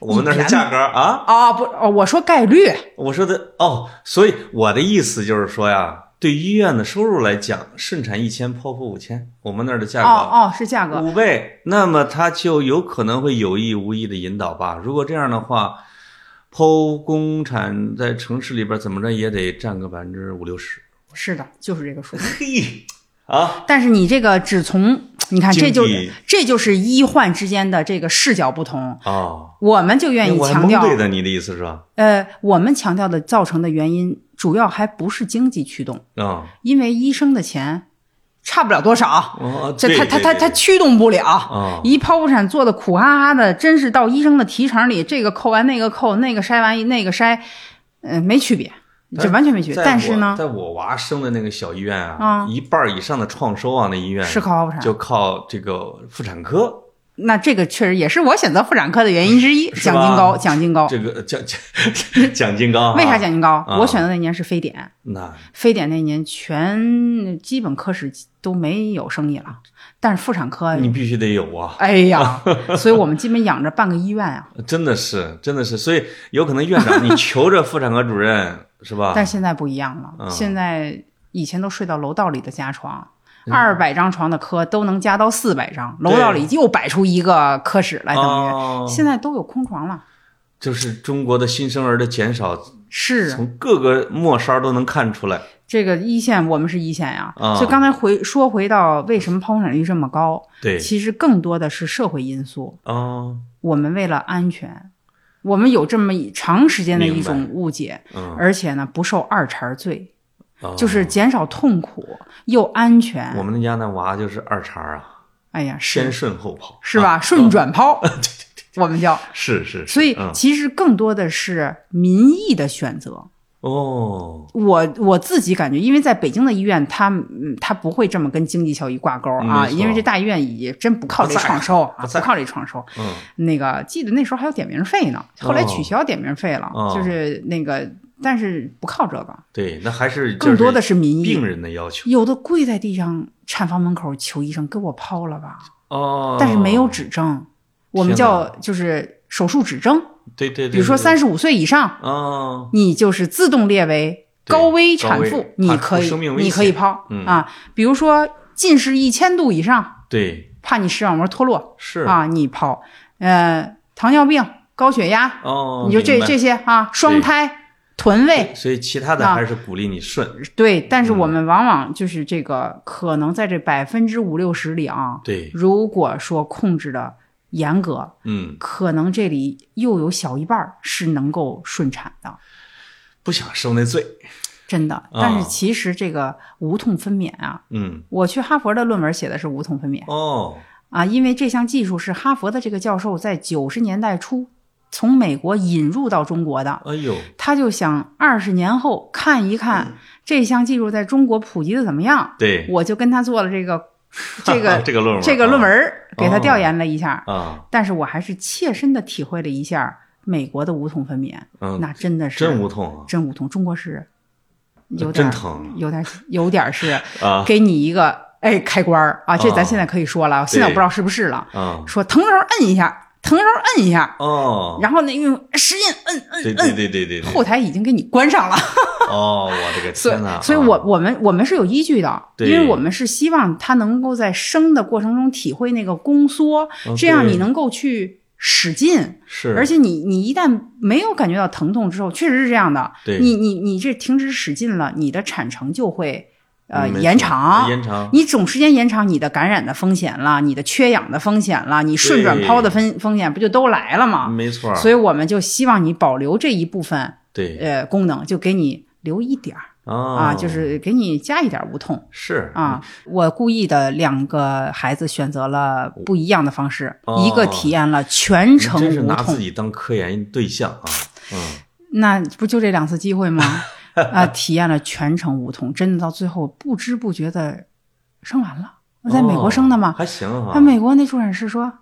Speaker 1: 我们那是价格啊。
Speaker 2: 啊不，哦我说概率，
Speaker 1: 我说的哦，所以我的意思就是说呀，对医院的收入来讲，顺产一千，剖腹五千，我们那儿的
Speaker 2: 哦
Speaker 1: 价格。
Speaker 2: 哦是价格，
Speaker 1: 五倍，那么它就有可能会有意无意的引导吧。如果这样的话，剖宫产在城市里边怎么着也得占个百分之五六 十。
Speaker 2: 是的，就是这个数。
Speaker 1: 嘿，啊，
Speaker 2: 但是你这个只从你看，这就
Speaker 1: 经济
Speaker 2: 这就是医患之间的这个视角不同。
Speaker 1: 哦，
Speaker 2: 我们就愿意
Speaker 1: 我还
Speaker 2: 强
Speaker 1: 蒙
Speaker 2: 调，
Speaker 1: 对的，你的意思是吧？
Speaker 2: 呃，我们强调的造成的原因，主要还不是经济驱动，
Speaker 1: 啊、
Speaker 2: 因为医生的钱差不了多少，
Speaker 1: 哦，
Speaker 2: 这
Speaker 1: 对
Speaker 2: 他他他他驱动不了。
Speaker 1: 啊，
Speaker 2: 一剖腹产做的苦哈哈的，真是到医生的提成里，这个扣完那个扣，那个筛完那个筛，呃，没区别，这完全没区别。
Speaker 1: 在
Speaker 2: 但
Speaker 1: 我
Speaker 2: 是呢，
Speaker 1: 在我娃生的那个小医院啊，
Speaker 2: 啊
Speaker 1: 一半儿以上的创收啊，那医院
Speaker 2: 是靠剖腹产
Speaker 1: 就靠这个妇产科
Speaker 2: 那这个确实也是我选择妇产科的原因之一，
Speaker 1: 是吧
Speaker 2: 奖金高，奖金高。
Speaker 1: 这个奖奖 奖金高啊，
Speaker 2: 哦为啥奖金高？
Speaker 1: 啊
Speaker 2: 我选的那年是非典，
Speaker 1: 那
Speaker 2: 非典那年全基本科室都没有生意了，但是妇产科，
Speaker 1: 你必须得有啊，
Speaker 2: 哎呀，所以我们基本养着半个医院啊。
Speaker 1: 真的是，真的是，所以有可能院长你求着妇产科主任是吧？
Speaker 2: 但现在不一样了，
Speaker 1: 嗯
Speaker 2: 现在以前都睡到楼道里的加床，二百、张床的科都能加到四百张，楼道里又摆出一个科室来，等于、
Speaker 1: 哦，
Speaker 2: 现在都有空床了。
Speaker 1: 就是中国的新生儿的减少，
Speaker 2: 是啊
Speaker 1: 从各个末梢都能看出来。
Speaker 2: 这个一线，我们是一线呀、
Speaker 1: 啊
Speaker 2: 所以刚才回说回到为什么剖腹产率这么高，
Speaker 1: 对，
Speaker 2: 其实更多的是社会因素。
Speaker 1: 哦，
Speaker 2: 我们为了安全，我们有这么一长时间的一种
Speaker 1: 明
Speaker 2: 误解，
Speaker 1: 嗯，
Speaker 2: 而且呢不受二茬罪，
Speaker 1: 哦
Speaker 2: 就是减少痛苦又安全。
Speaker 1: 我们家那娃就是二茬儿啊，
Speaker 2: 哎呀，是
Speaker 1: 先顺后跑，
Speaker 2: 是吧？
Speaker 1: 啊
Speaker 2: 顺 转抛，我们叫。
Speaker 1: 是是，是
Speaker 2: 所以
Speaker 1: 嗯
Speaker 2: 其实更多的是民意的选择。
Speaker 1: 哦，
Speaker 2: 我我自己感觉，因为在北京的医院，它嗯它不会这么跟经济效益挂钩啊，
Speaker 1: 没错
Speaker 2: 因为这大医院也真不靠这
Speaker 1: 不在
Speaker 2: 创收啊，
Speaker 1: 不
Speaker 2: 不
Speaker 1: 在
Speaker 2: 靠这创收。
Speaker 1: 嗯，
Speaker 2: 那个记得那时候还有点名费呢，后来取消点名费了，
Speaker 1: 哦
Speaker 2: 就是那个，但是不靠这个，
Speaker 1: 对，那还是就
Speaker 2: 更多的是民意
Speaker 1: 病。人的要求
Speaker 2: 有的跪在地上产房门口求医生给我剖了吧，
Speaker 1: 哦，
Speaker 2: 但是没有，指征，我们
Speaker 1: 天哪
Speaker 2: 叫就是手术指征。
Speaker 1: 对对对，
Speaker 2: 比如说
Speaker 1: 对
Speaker 2: 三，十五岁以上，
Speaker 1: 哦，
Speaker 2: 你就是自动列为高危产
Speaker 1: 对高
Speaker 2: 妇
Speaker 1: 危，
Speaker 2: 你可以
Speaker 1: 生命危
Speaker 2: 你
Speaker 1: 险
Speaker 2: 可以剖、
Speaker 1: 嗯
Speaker 2: 啊。比如说近视一千度以上，
Speaker 1: 对，
Speaker 2: 怕你视网膜脱落
Speaker 1: 是，
Speaker 2: 啊，你剖。呃，糖尿病、高血压，
Speaker 1: 哦，
Speaker 2: 你就这
Speaker 1: 明白
Speaker 2: 这些啊，双胎、臀位，
Speaker 1: 所以其他的
Speaker 2: 啊
Speaker 1: 还是鼓励你顺，
Speaker 2: 对。但
Speaker 1: 嗯
Speaker 2: 是我们往往就是这个，可能在这百分之五六十里啊，
Speaker 1: 对，
Speaker 2: 如果说控制的严格，
Speaker 1: 嗯，
Speaker 2: 可能这里又有小一半儿是能够顺产的。
Speaker 1: 不想受那罪，
Speaker 2: 真
Speaker 1: 啊
Speaker 2: 的，但是其实这个无痛分娩啊，
Speaker 1: 嗯，
Speaker 2: 我去哈佛的论文写的是无痛分娩
Speaker 1: 哦，
Speaker 2: 啊，因为这项技术是哈佛的这个教授在九十年代初从美国引入到中国的，
Speaker 1: 哎呦，
Speaker 2: 他就想二十年后看一
Speaker 1: 嗯
Speaker 2: 看这项技术在中国普及的怎么样，
Speaker 1: 对，
Speaker 2: 我就跟他做了 这个这个
Speaker 1: 这个论文，
Speaker 2: 这个论文
Speaker 1: 啊
Speaker 2: 儿给他调研了一下，
Speaker 1: 啊，
Speaker 2: 但是我还是切身的体会了一下美国的无痛分娩，
Speaker 1: 嗯，
Speaker 2: 那真的是
Speaker 1: 真无痛啊，
Speaker 2: 真无痛，中国是有点
Speaker 1: 真
Speaker 2: 儿
Speaker 1: 疼
Speaker 2: 有点有点是
Speaker 1: 啊
Speaker 2: 给你一个哎开关儿啊，这
Speaker 1: 啊
Speaker 2: 咱现在可以说了，现在我不知道是不是了。
Speaker 1: 啊，
Speaker 2: 说疼的时候摁一下，疼的时候摁一下，
Speaker 1: 哦，
Speaker 2: 然后嗯那用使劲摁摁
Speaker 1: 对对
Speaker 2: 摁，
Speaker 1: 对对对，对
Speaker 2: 后台已经给你关上了。
Speaker 1: 哦，我的个
Speaker 2: 所
Speaker 1: 天哪！
Speaker 2: 以，所以
Speaker 1: 啊
Speaker 2: 我我们我们是有依据的，因
Speaker 1: 对
Speaker 2: 为我们是希望他能够在生的过程中体会那个宫缩，这
Speaker 1: 嗯
Speaker 2: 样
Speaker 1: 对
Speaker 2: 你能够去使劲。
Speaker 1: 是，
Speaker 2: 而且你你一旦没有感觉到疼痛之后，确实是这样的，
Speaker 1: 对
Speaker 2: 你你你这停止使劲了，你的产程就会呃
Speaker 1: 嗯没错
Speaker 2: 延长。
Speaker 1: 延长，
Speaker 2: 你总时间延长，你的感染的风险了，你的缺氧的风险了，你顺转抛的风风险不就都来了吗？
Speaker 1: 没错儿，
Speaker 2: 所
Speaker 1: 以
Speaker 2: 以我们就希望你保留这一部分
Speaker 1: 对
Speaker 2: 呃功能，就给你留一点儿啊，
Speaker 1: 啊
Speaker 2: 就是给你加一点儿无痛
Speaker 1: 是
Speaker 2: 啊。我故意的两个孩子选择了不一样的方式，
Speaker 1: 哦
Speaker 2: 一个体验了全
Speaker 1: 你
Speaker 2: 程
Speaker 1: 真是
Speaker 2: 无
Speaker 1: 拿
Speaker 2: 痛
Speaker 1: 自，己当科研对象啊，嗯，
Speaker 2: 那不就这两次机 会吗？啊，体验了全程无痛，真的到最后不知不觉的生完了。我在美国生的
Speaker 1: 哦
Speaker 2: 嘛，
Speaker 1: 还行啊，
Speaker 2: 啊，美国那助产士说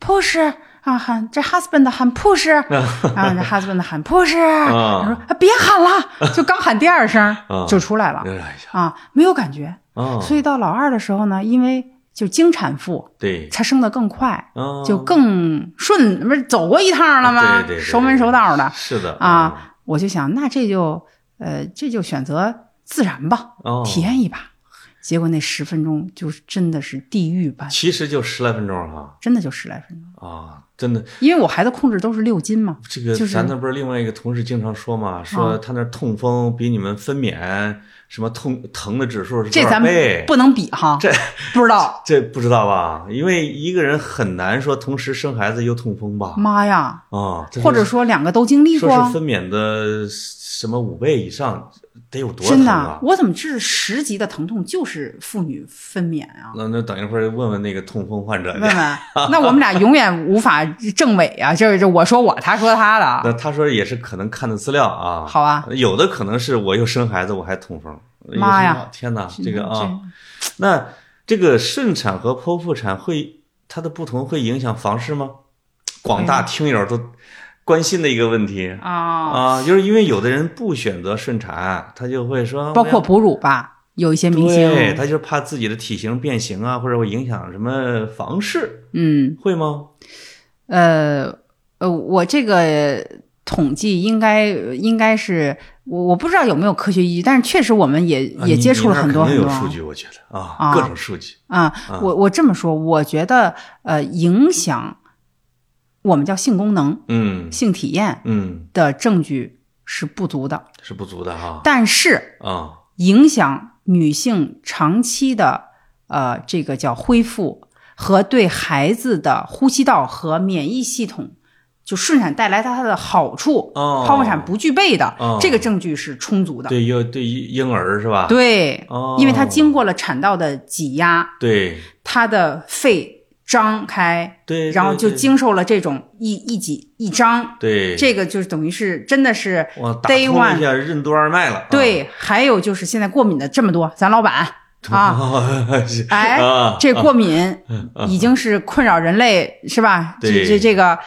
Speaker 2: push 啊，喊这 husband 喊 push 啊， 这 husband 喊 push，
Speaker 1: 啊
Speaker 2: 他说啊别喊 了，就刚喊第二声
Speaker 1: 啊
Speaker 2: 就出来了
Speaker 1: 哎呀，
Speaker 2: 啊，没有感觉。
Speaker 1: 啊，
Speaker 2: 所以到老二的时候呢，因为就经产妇，
Speaker 1: 对，
Speaker 2: 她生得更快，
Speaker 1: 啊
Speaker 2: 就更顺，不是走过一趟了吗？
Speaker 1: 对对对对
Speaker 2: 熟门熟道的。
Speaker 1: 是的
Speaker 2: 啊，我就想，那这就呃，这就选择自然吧，
Speaker 1: 哦
Speaker 2: 体验一把。结果那十分钟就是真的是地狱般，
Speaker 1: 其实就十来分钟哈
Speaker 2: 真的就十来分钟，
Speaker 1: 啊，真的，
Speaker 2: 因为我孩子控制都是六斤嘛，
Speaker 1: 这个
Speaker 2: 就是啊
Speaker 1: 咱那不是另外一个同事经常说嘛，说他那痛风比你们分娩什么痛疼的指数是
Speaker 2: 这
Speaker 1: 多少
Speaker 2: 咱们
Speaker 1: 倍？
Speaker 2: 不能比哈，
Speaker 1: 这
Speaker 2: 不知道。
Speaker 1: 这不知道吧？因为一个人很难说同时生孩子又痛风吧？
Speaker 2: 妈呀，
Speaker 1: 啊，这是
Speaker 2: 或者说两个都经历
Speaker 1: 说是
Speaker 2: 过，
Speaker 1: 分娩的什么五倍以上，得有多
Speaker 2: 真
Speaker 1: 疼
Speaker 2: 的
Speaker 1: 啊
Speaker 2: 啊，？我怎么知道十级的疼痛就是妇女分娩啊？
Speaker 1: 那那等一会儿问问那个痛风患者
Speaker 2: 问
Speaker 1: 去。
Speaker 2: 问， 那我们俩永远无法证伪啊！就是这我说我，他说他的，
Speaker 1: 那他说也是可能看的资料啊，
Speaker 2: 好啊，
Speaker 1: 有的可能是我又生孩子我还痛风，哎
Speaker 2: 妈呀
Speaker 1: 啊
Speaker 2: 嗯
Speaker 1: 有些！天哪，这个啊，那这个顺产和剖腹产会它的不同会影响房市吗？广
Speaker 2: 哎
Speaker 1: 大听友都关心的一个问题
Speaker 2: 啊、
Speaker 1: 啊，就是因为有的人不选择顺产，他就会说，
Speaker 2: 包括哺乳吧，有一些明星，
Speaker 1: 对，他就怕自己的体型变形啊，或者会影响什么房市，
Speaker 2: 嗯，
Speaker 1: 会吗？
Speaker 2: 呃呃，我这个统计应该应该是我我不知道有没有科学依据，但是确实我们也
Speaker 1: 啊
Speaker 2: 也
Speaker 1: 你
Speaker 2: 接
Speaker 1: 你
Speaker 2: 触了
Speaker 1: 那儿
Speaker 2: 很多
Speaker 1: 肯
Speaker 2: 很
Speaker 1: 定
Speaker 2: 多
Speaker 1: 有
Speaker 2: 啊。
Speaker 1: 数据，我觉得啊，
Speaker 2: 啊
Speaker 1: 各种数据，
Speaker 2: 啊，我我这么说，我觉得呃，影响我们叫性功能、
Speaker 1: 嗯
Speaker 2: 性体验
Speaker 1: 嗯，
Speaker 2: 的证据是不足的，
Speaker 1: 是不足的哈
Speaker 2: 但是
Speaker 1: 啊，
Speaker 2: 影响女性长期的呃这个叫恢复和对孩子的呼吸道和免疫系统。就顺产带来它的好处，
Speaker 1: 哦
Speaker 2: 剖腹产不具备的、
Speaker 1: 哦
Speaker 2: 这个证据是充足的。
Speaker 1: 对，要对婴儿是吧？
Speaker 2: 对
Speaker 1: 哦
Speaker 2: 因为它经过了产道的挤压，
Speaker 1: 对
Speaker 2: 它的肺张开，
Speaker 1: 对，
Speaker 2: 然后
Speaker 1: 对
Speaker 2: 就
Speaker 1: 对
Speaker 2: 经受了这种一一挤一张，
Speaker 1: 对哦
Speaker 2: 这个就是等于是真的是
Speaker 1: 哇，打
Speaker 2: day
Speaker 1: 通了一
Speaker 2: one
Speaker 1: 下任督二脉了。啊
Speaker 2: 对，还有就是现在过敏的这么多，咱 老板啊，
Speaker 1: 啊，是
Speaker 2: 哎
Speaker 1: 啊，
Speaker 2: 这
Speaker 1: 啊
Speaker 2: 过敏
Speaker 1: 啊
Speaker 2: 已经是困扰人类是吧？
Speaker 1: 对
Speaker 2: 这这这个。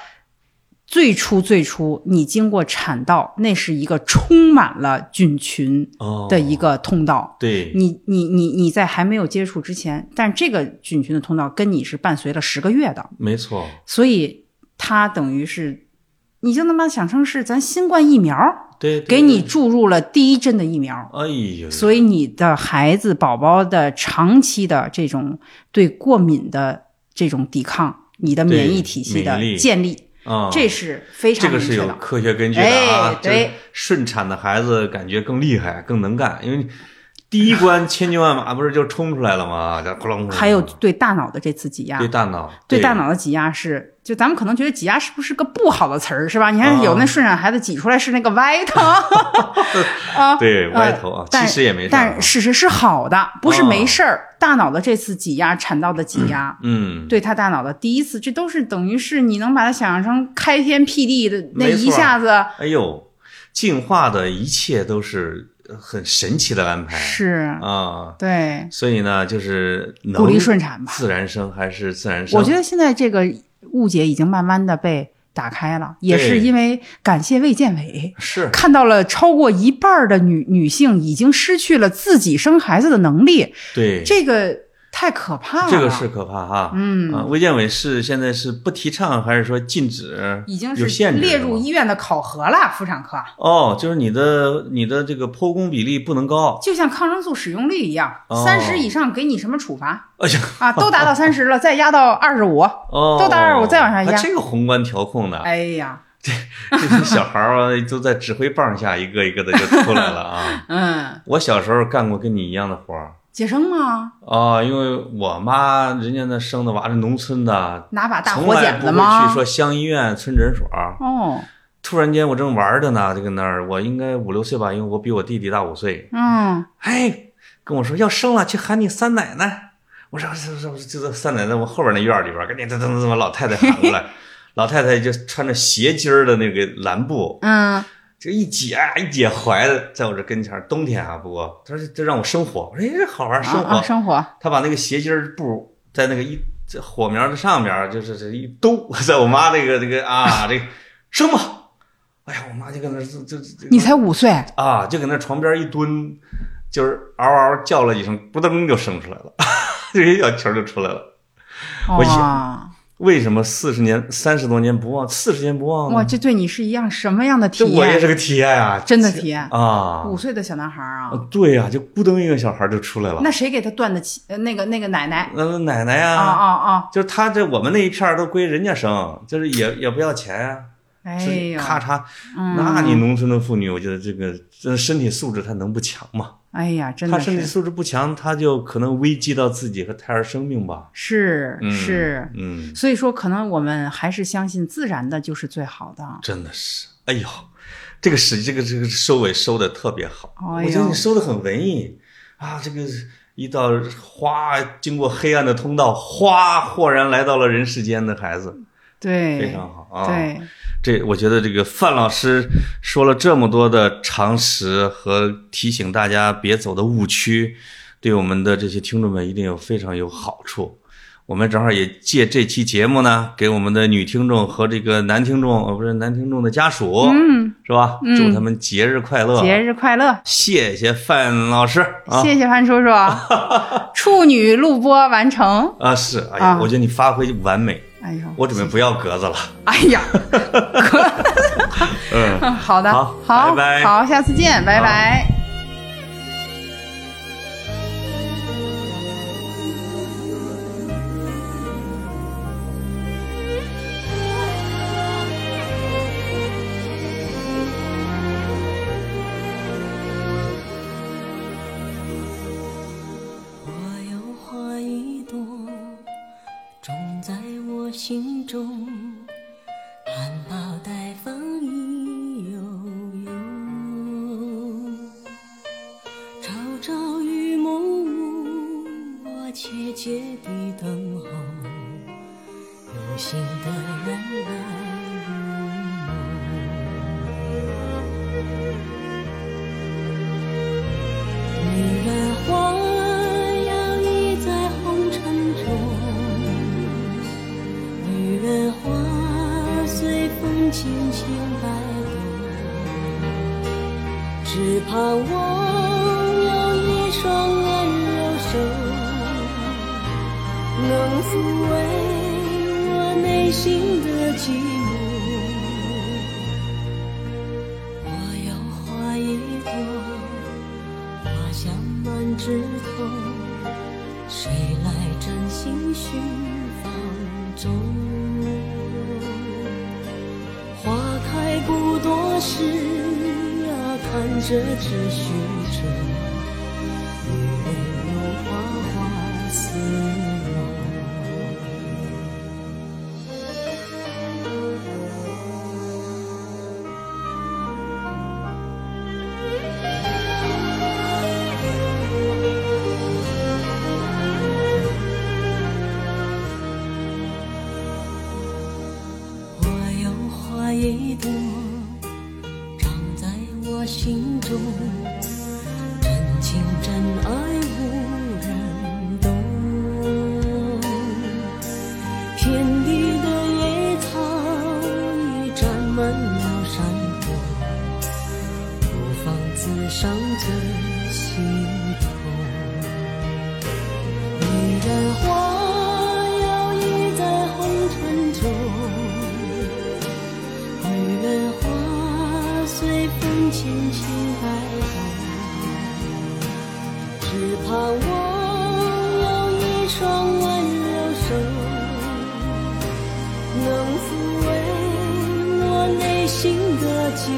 Speaker 2: 最初最初，你经过产道，那是一个充满了菌群
Speaker 1: 哦
Speaker 2: 的一个通道。
Speaker 1: 对
Speaker 2: 你你你你在还没有接触之前，但这个菌群的通道跟你是伴随了十个月的。
Speaker 1: 没错，
Speaker 2: 所以它等于是，你就他妈想成是咱新冠疫苗
Speaker 1: 对，对
Speaker 2: 给你
Speaker 1: 对
Speaker 2: 注入了第一针的疫苗，
Speaker 1: 哎呦，
Speaker 2: 所以你的孩子宝宝的长期的这种对过敏的这种抵抗，你的免疫体系
Speaker 1: 免疫
Speaker 2: 的
Speaker 1: 力
Speaker 2: 建立，
Speaker 1: 啊，
Speaker 2: 这是非
Speaker 1: 这
Speaker 2: 常
Speaker 1: 个
Speaker 2: 明确
Speaker 1: 是有
Speaker 2: 的。
Speaker 1: 科学根据的啊
Speaker 2: 哎。对
Speaker 1: 就是顺产的孩子感觉更厉害，更能干，因为第一 关千军万马不是就冲出来了吗？这咕隆咕隆，
Speaker 2: 还有对大脑的这次挤压
Speaker 1: 对，大脑，
Speaker 2: 对大脑的挤压是，就咱们可能觉得挤压是不是个不好的词儿，是吧？你看
Speaker 1: 啊
Speaker 2: 有那顺产孩子挤出来是那个歪 疼啊，
Speaker 1: 对
Speaker 2: 呃
Speaker 1: 歪头啊，其
Speaker 2: 但
Speaker 1: 实也没啊事儿啊
Speaker 2: 但，事实是好的，不是没事儿。大脑的这次挤压，产道的挤压，
Speaker 1: 嗯，
Speaker 2: 对他大脑的第一次，这都是等于是你能把它想象成开天辟地的那
Speaker 1: 没错
Speaker 2: 一下子，
Speaker 1: 哎呦，进化的一切都是很神奇的安排，
Speaker 2: 是，
Speaker 1: 啊，
Speaker 2: 对。
Speaker 1: 所以呢，就是能
Speaker 2: 鼓励顺产吧
Speaker 1: 自然生还是自然生？
Speaker 2: 我觉得现在这个误解已经慢慢的被打开了，也
Speaker 1: 对
Speaker 2: 是因为感谢卫健委。
Speaker 1: 是
Speaker 2: 看到了超过一半儿的女女性已经失去了自己生孩子的能力，
Speaker 1: 对，
Speaker 2: 这个太可怕了。
Speaker 1: 这个是可怕哈。
Speaker 2: 啊嗯
Speaker 1: 啊，卫健委是现在是不提倡还是说禁止？
Speaker 2: 已经
Speaker 1: 有
Speaker 2: 是
Speaker 1: 限制
Speaker 2: 列
Speaker 1: 的
Speaker 2: 入
Speaker 1: 吗
Speaker 2: 医院的考核了，妇产科。
Speaker 1: 哦，就是你的你的这个剖宫比例不能高。
Speaker 2: 就像抗生素使用率一样，
Speaker 1: 哦
Speaker 2: 三十以上给你什么处罚
Speaker 1: 哎呀，
Speaker 2: 啊？都达到三 十了，再压到二十五。
Speaker 1: 哦，
Speaker 2: 都当然我再往下压
Speaker 1: 啊这个宏观调控呢，
Speaker 2: 哎呀，。
Speaker 1: 这些小孩儿啊都在指挥棒下一个一个的就出来了啊
Speaker 2: 嗯，
Speaker 1: 我小时候干过跟你一样的活儿
Speaker 2: 接生吗？
Speaker 1: 啊，因为我妈人家那生的娃是农村的，
Speaker 2: 拿把大
Speaker 1: 从
Speaker 2: 火
Speaker 1: 来
Speaker 2: 剪
Speaker 1: 不
Speaker 2: 子
Speaker 1: 会去
Speaker 2: 吗？
Speaker 1: 说乡医院、村诊所。
Speaker 2: 哦，
Speaker 1: 突然间，我正玩着呢，就跟那儿，我应该五六岁吧，因为我比我弟弟大五岁。
Speaker 2: 嗯，
Speaker 1: 哎，跟我说要生了，去喊你三奶奶。我说这这这这三奶奶，我后边那院儿里边儿，赶紧噔噔噔噔把老太太喊过来。老太太就穿着斜襟儿的那个蓝布，
Speaker 2: 嗯，
Speaker 1: 这一解一解怀的，在我这跟前儿。冬天啊，不过她说这让我生火，我说哎这好玩儿，生嗯
Speaker 2: 啊
Speaker 1: 火。
Speaker 2: 啊，生活，
Speaker 1: 他把那个斜襟儿布在那个一这火苗的上面儿，就是这一兜，在我妈那个这个啊，这个生吧。哎呀，我妈就搁那儿就就就
Speaker 2: 你才五岁，
Speaker 1: 啊，就搁那床边一蹲，就是嗷嗷叫了一声，咕噔就生出来了， 这些小球儿就出来了。我
Speaker 2: 哇
Speaker 1: 为什么四十年、三十多年不忘，四十年不忘呢？
Speaker 2: 哇，这对你是一样什么样的体
Speaker 1: 这我也
Speaker 2: 验？
Speaker 1: 是个体验啊，
Speaker 2: 真的体验，
Speaker 1: 啊，
Speaker 2: 五岁的小男孩啊，
Speaker 1: 对呀、就咕噔一个小孩儿就出来了。
Speaker 2: 那谁给他断的亲？呃那个那个奶奶
Speaker 1: 那奶奶呀、
Speaker 2: 啊啊啊！
Speaker 1: 就是他这我们那一片儿都归人家生，就是也也不要钱啊。
Speaker 2: 哎
Speaker 1: 是
Speaker 2: 呦，
Speaker 1: 咔嚓，
Speaker 2: 嗯
Speaker 1: 那你农村的妇女，我觉得这个这身体素质她能不强吗？
Speaker 2: 哎呀，真
Speaker 1: 她
Speaker 2: 的
Speaker 1: 身体
Speaker 2: 是
Speaker 1: 素质不强，她就可能危及到自己和胎儿生命吧。
Speaker 2: 是
Speaker 1: 嗯
Speaker 2: 是，
Speaker 1: 嗯，
Speaker 2: 所以说，可能我们还是相信自然的就是最好的。
Speaker 1: 真的是，哎呦，这个是这个这个收尾收的特别好，
Speaker 2: 哎呦
Speaker 1: 我觉得你收的很文艺啊，这个。一道哗，经过黑暗的通道，哗，豁然来到了人世间的孩子，
Speaker 2: 对，
Speaker 1: 非常好啊！，
Speaker 2: 对，
Speaker 1: 这我觉得这个范老师说了这么多的常识和提醒大家别走的误区，对我们的这些听众们一定有非常有好处。我们正好也借这期节目呢，给我们的女听众和这个男听众，呃，不是男听众的家属，
Speaker 2: 嗯，
Speaker 1: 是吧？
Speaker 2: 嗯
Speaker 1: 祝他们节日快乐！
Speaker 2: 节日快乐，
Speaker 1: 谢谢范老师嗯啊
Speaker 2: 谢谢潘叔叔，啊 处女录播完成。
Speaker 1: 啊是，哎呀，
Speaker 2: 啊
Speaker 1: 我觉得你发挥完美，
Speaker 2: 哎呦，
Speaker 1: 我准备不要格子了。
Speaker 2: 哎呀，
Speaker 1: 嗯，
Speaker 2: 嗯好的，
Speaker 1: 好
Speaker 2: 好，
Speaker 1: 拜拜
Speaker 2: 好，下次见，拜
Speaker 1: 好
Speaker 2: 拜。
Speaker 3: 花有花一朵，种在我心中，含苞待放意悠悠。朝朝与暮暮，我切切地等候，有心的人来入梦。女人花摇曳在红尘中，女人花儿随风轻轻摆动，只盼望有一双温柔手，能抚慰我内心的寂寞。我要花一朵。花香满枝头，谁来真心寻芳踪？花开不多时啊，看着只虚着，女人如花花似梦。我有花一朵，长在我心中，真情真爱无人懂。遍地的野草已沾满了山坡，不妨自伤最心痛。女人花摇曳在红尘中，女人花随风轻轻摆动，只盼望有一双温柔手，能抚慰我内心的寂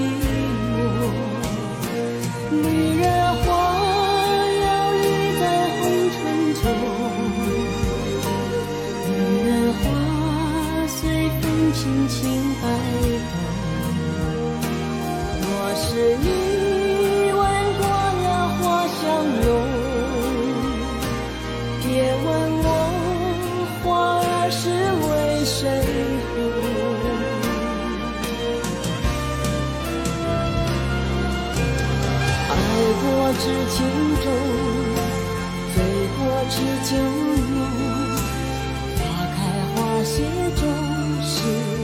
Speaker 3: 寞。女人花摇曳在红尘中，女人花随风轻轻摆动。若是你闻过了花香浓，别问我花儿是为谁红。爱过知情重，醉过知酒浓。花开花谢终是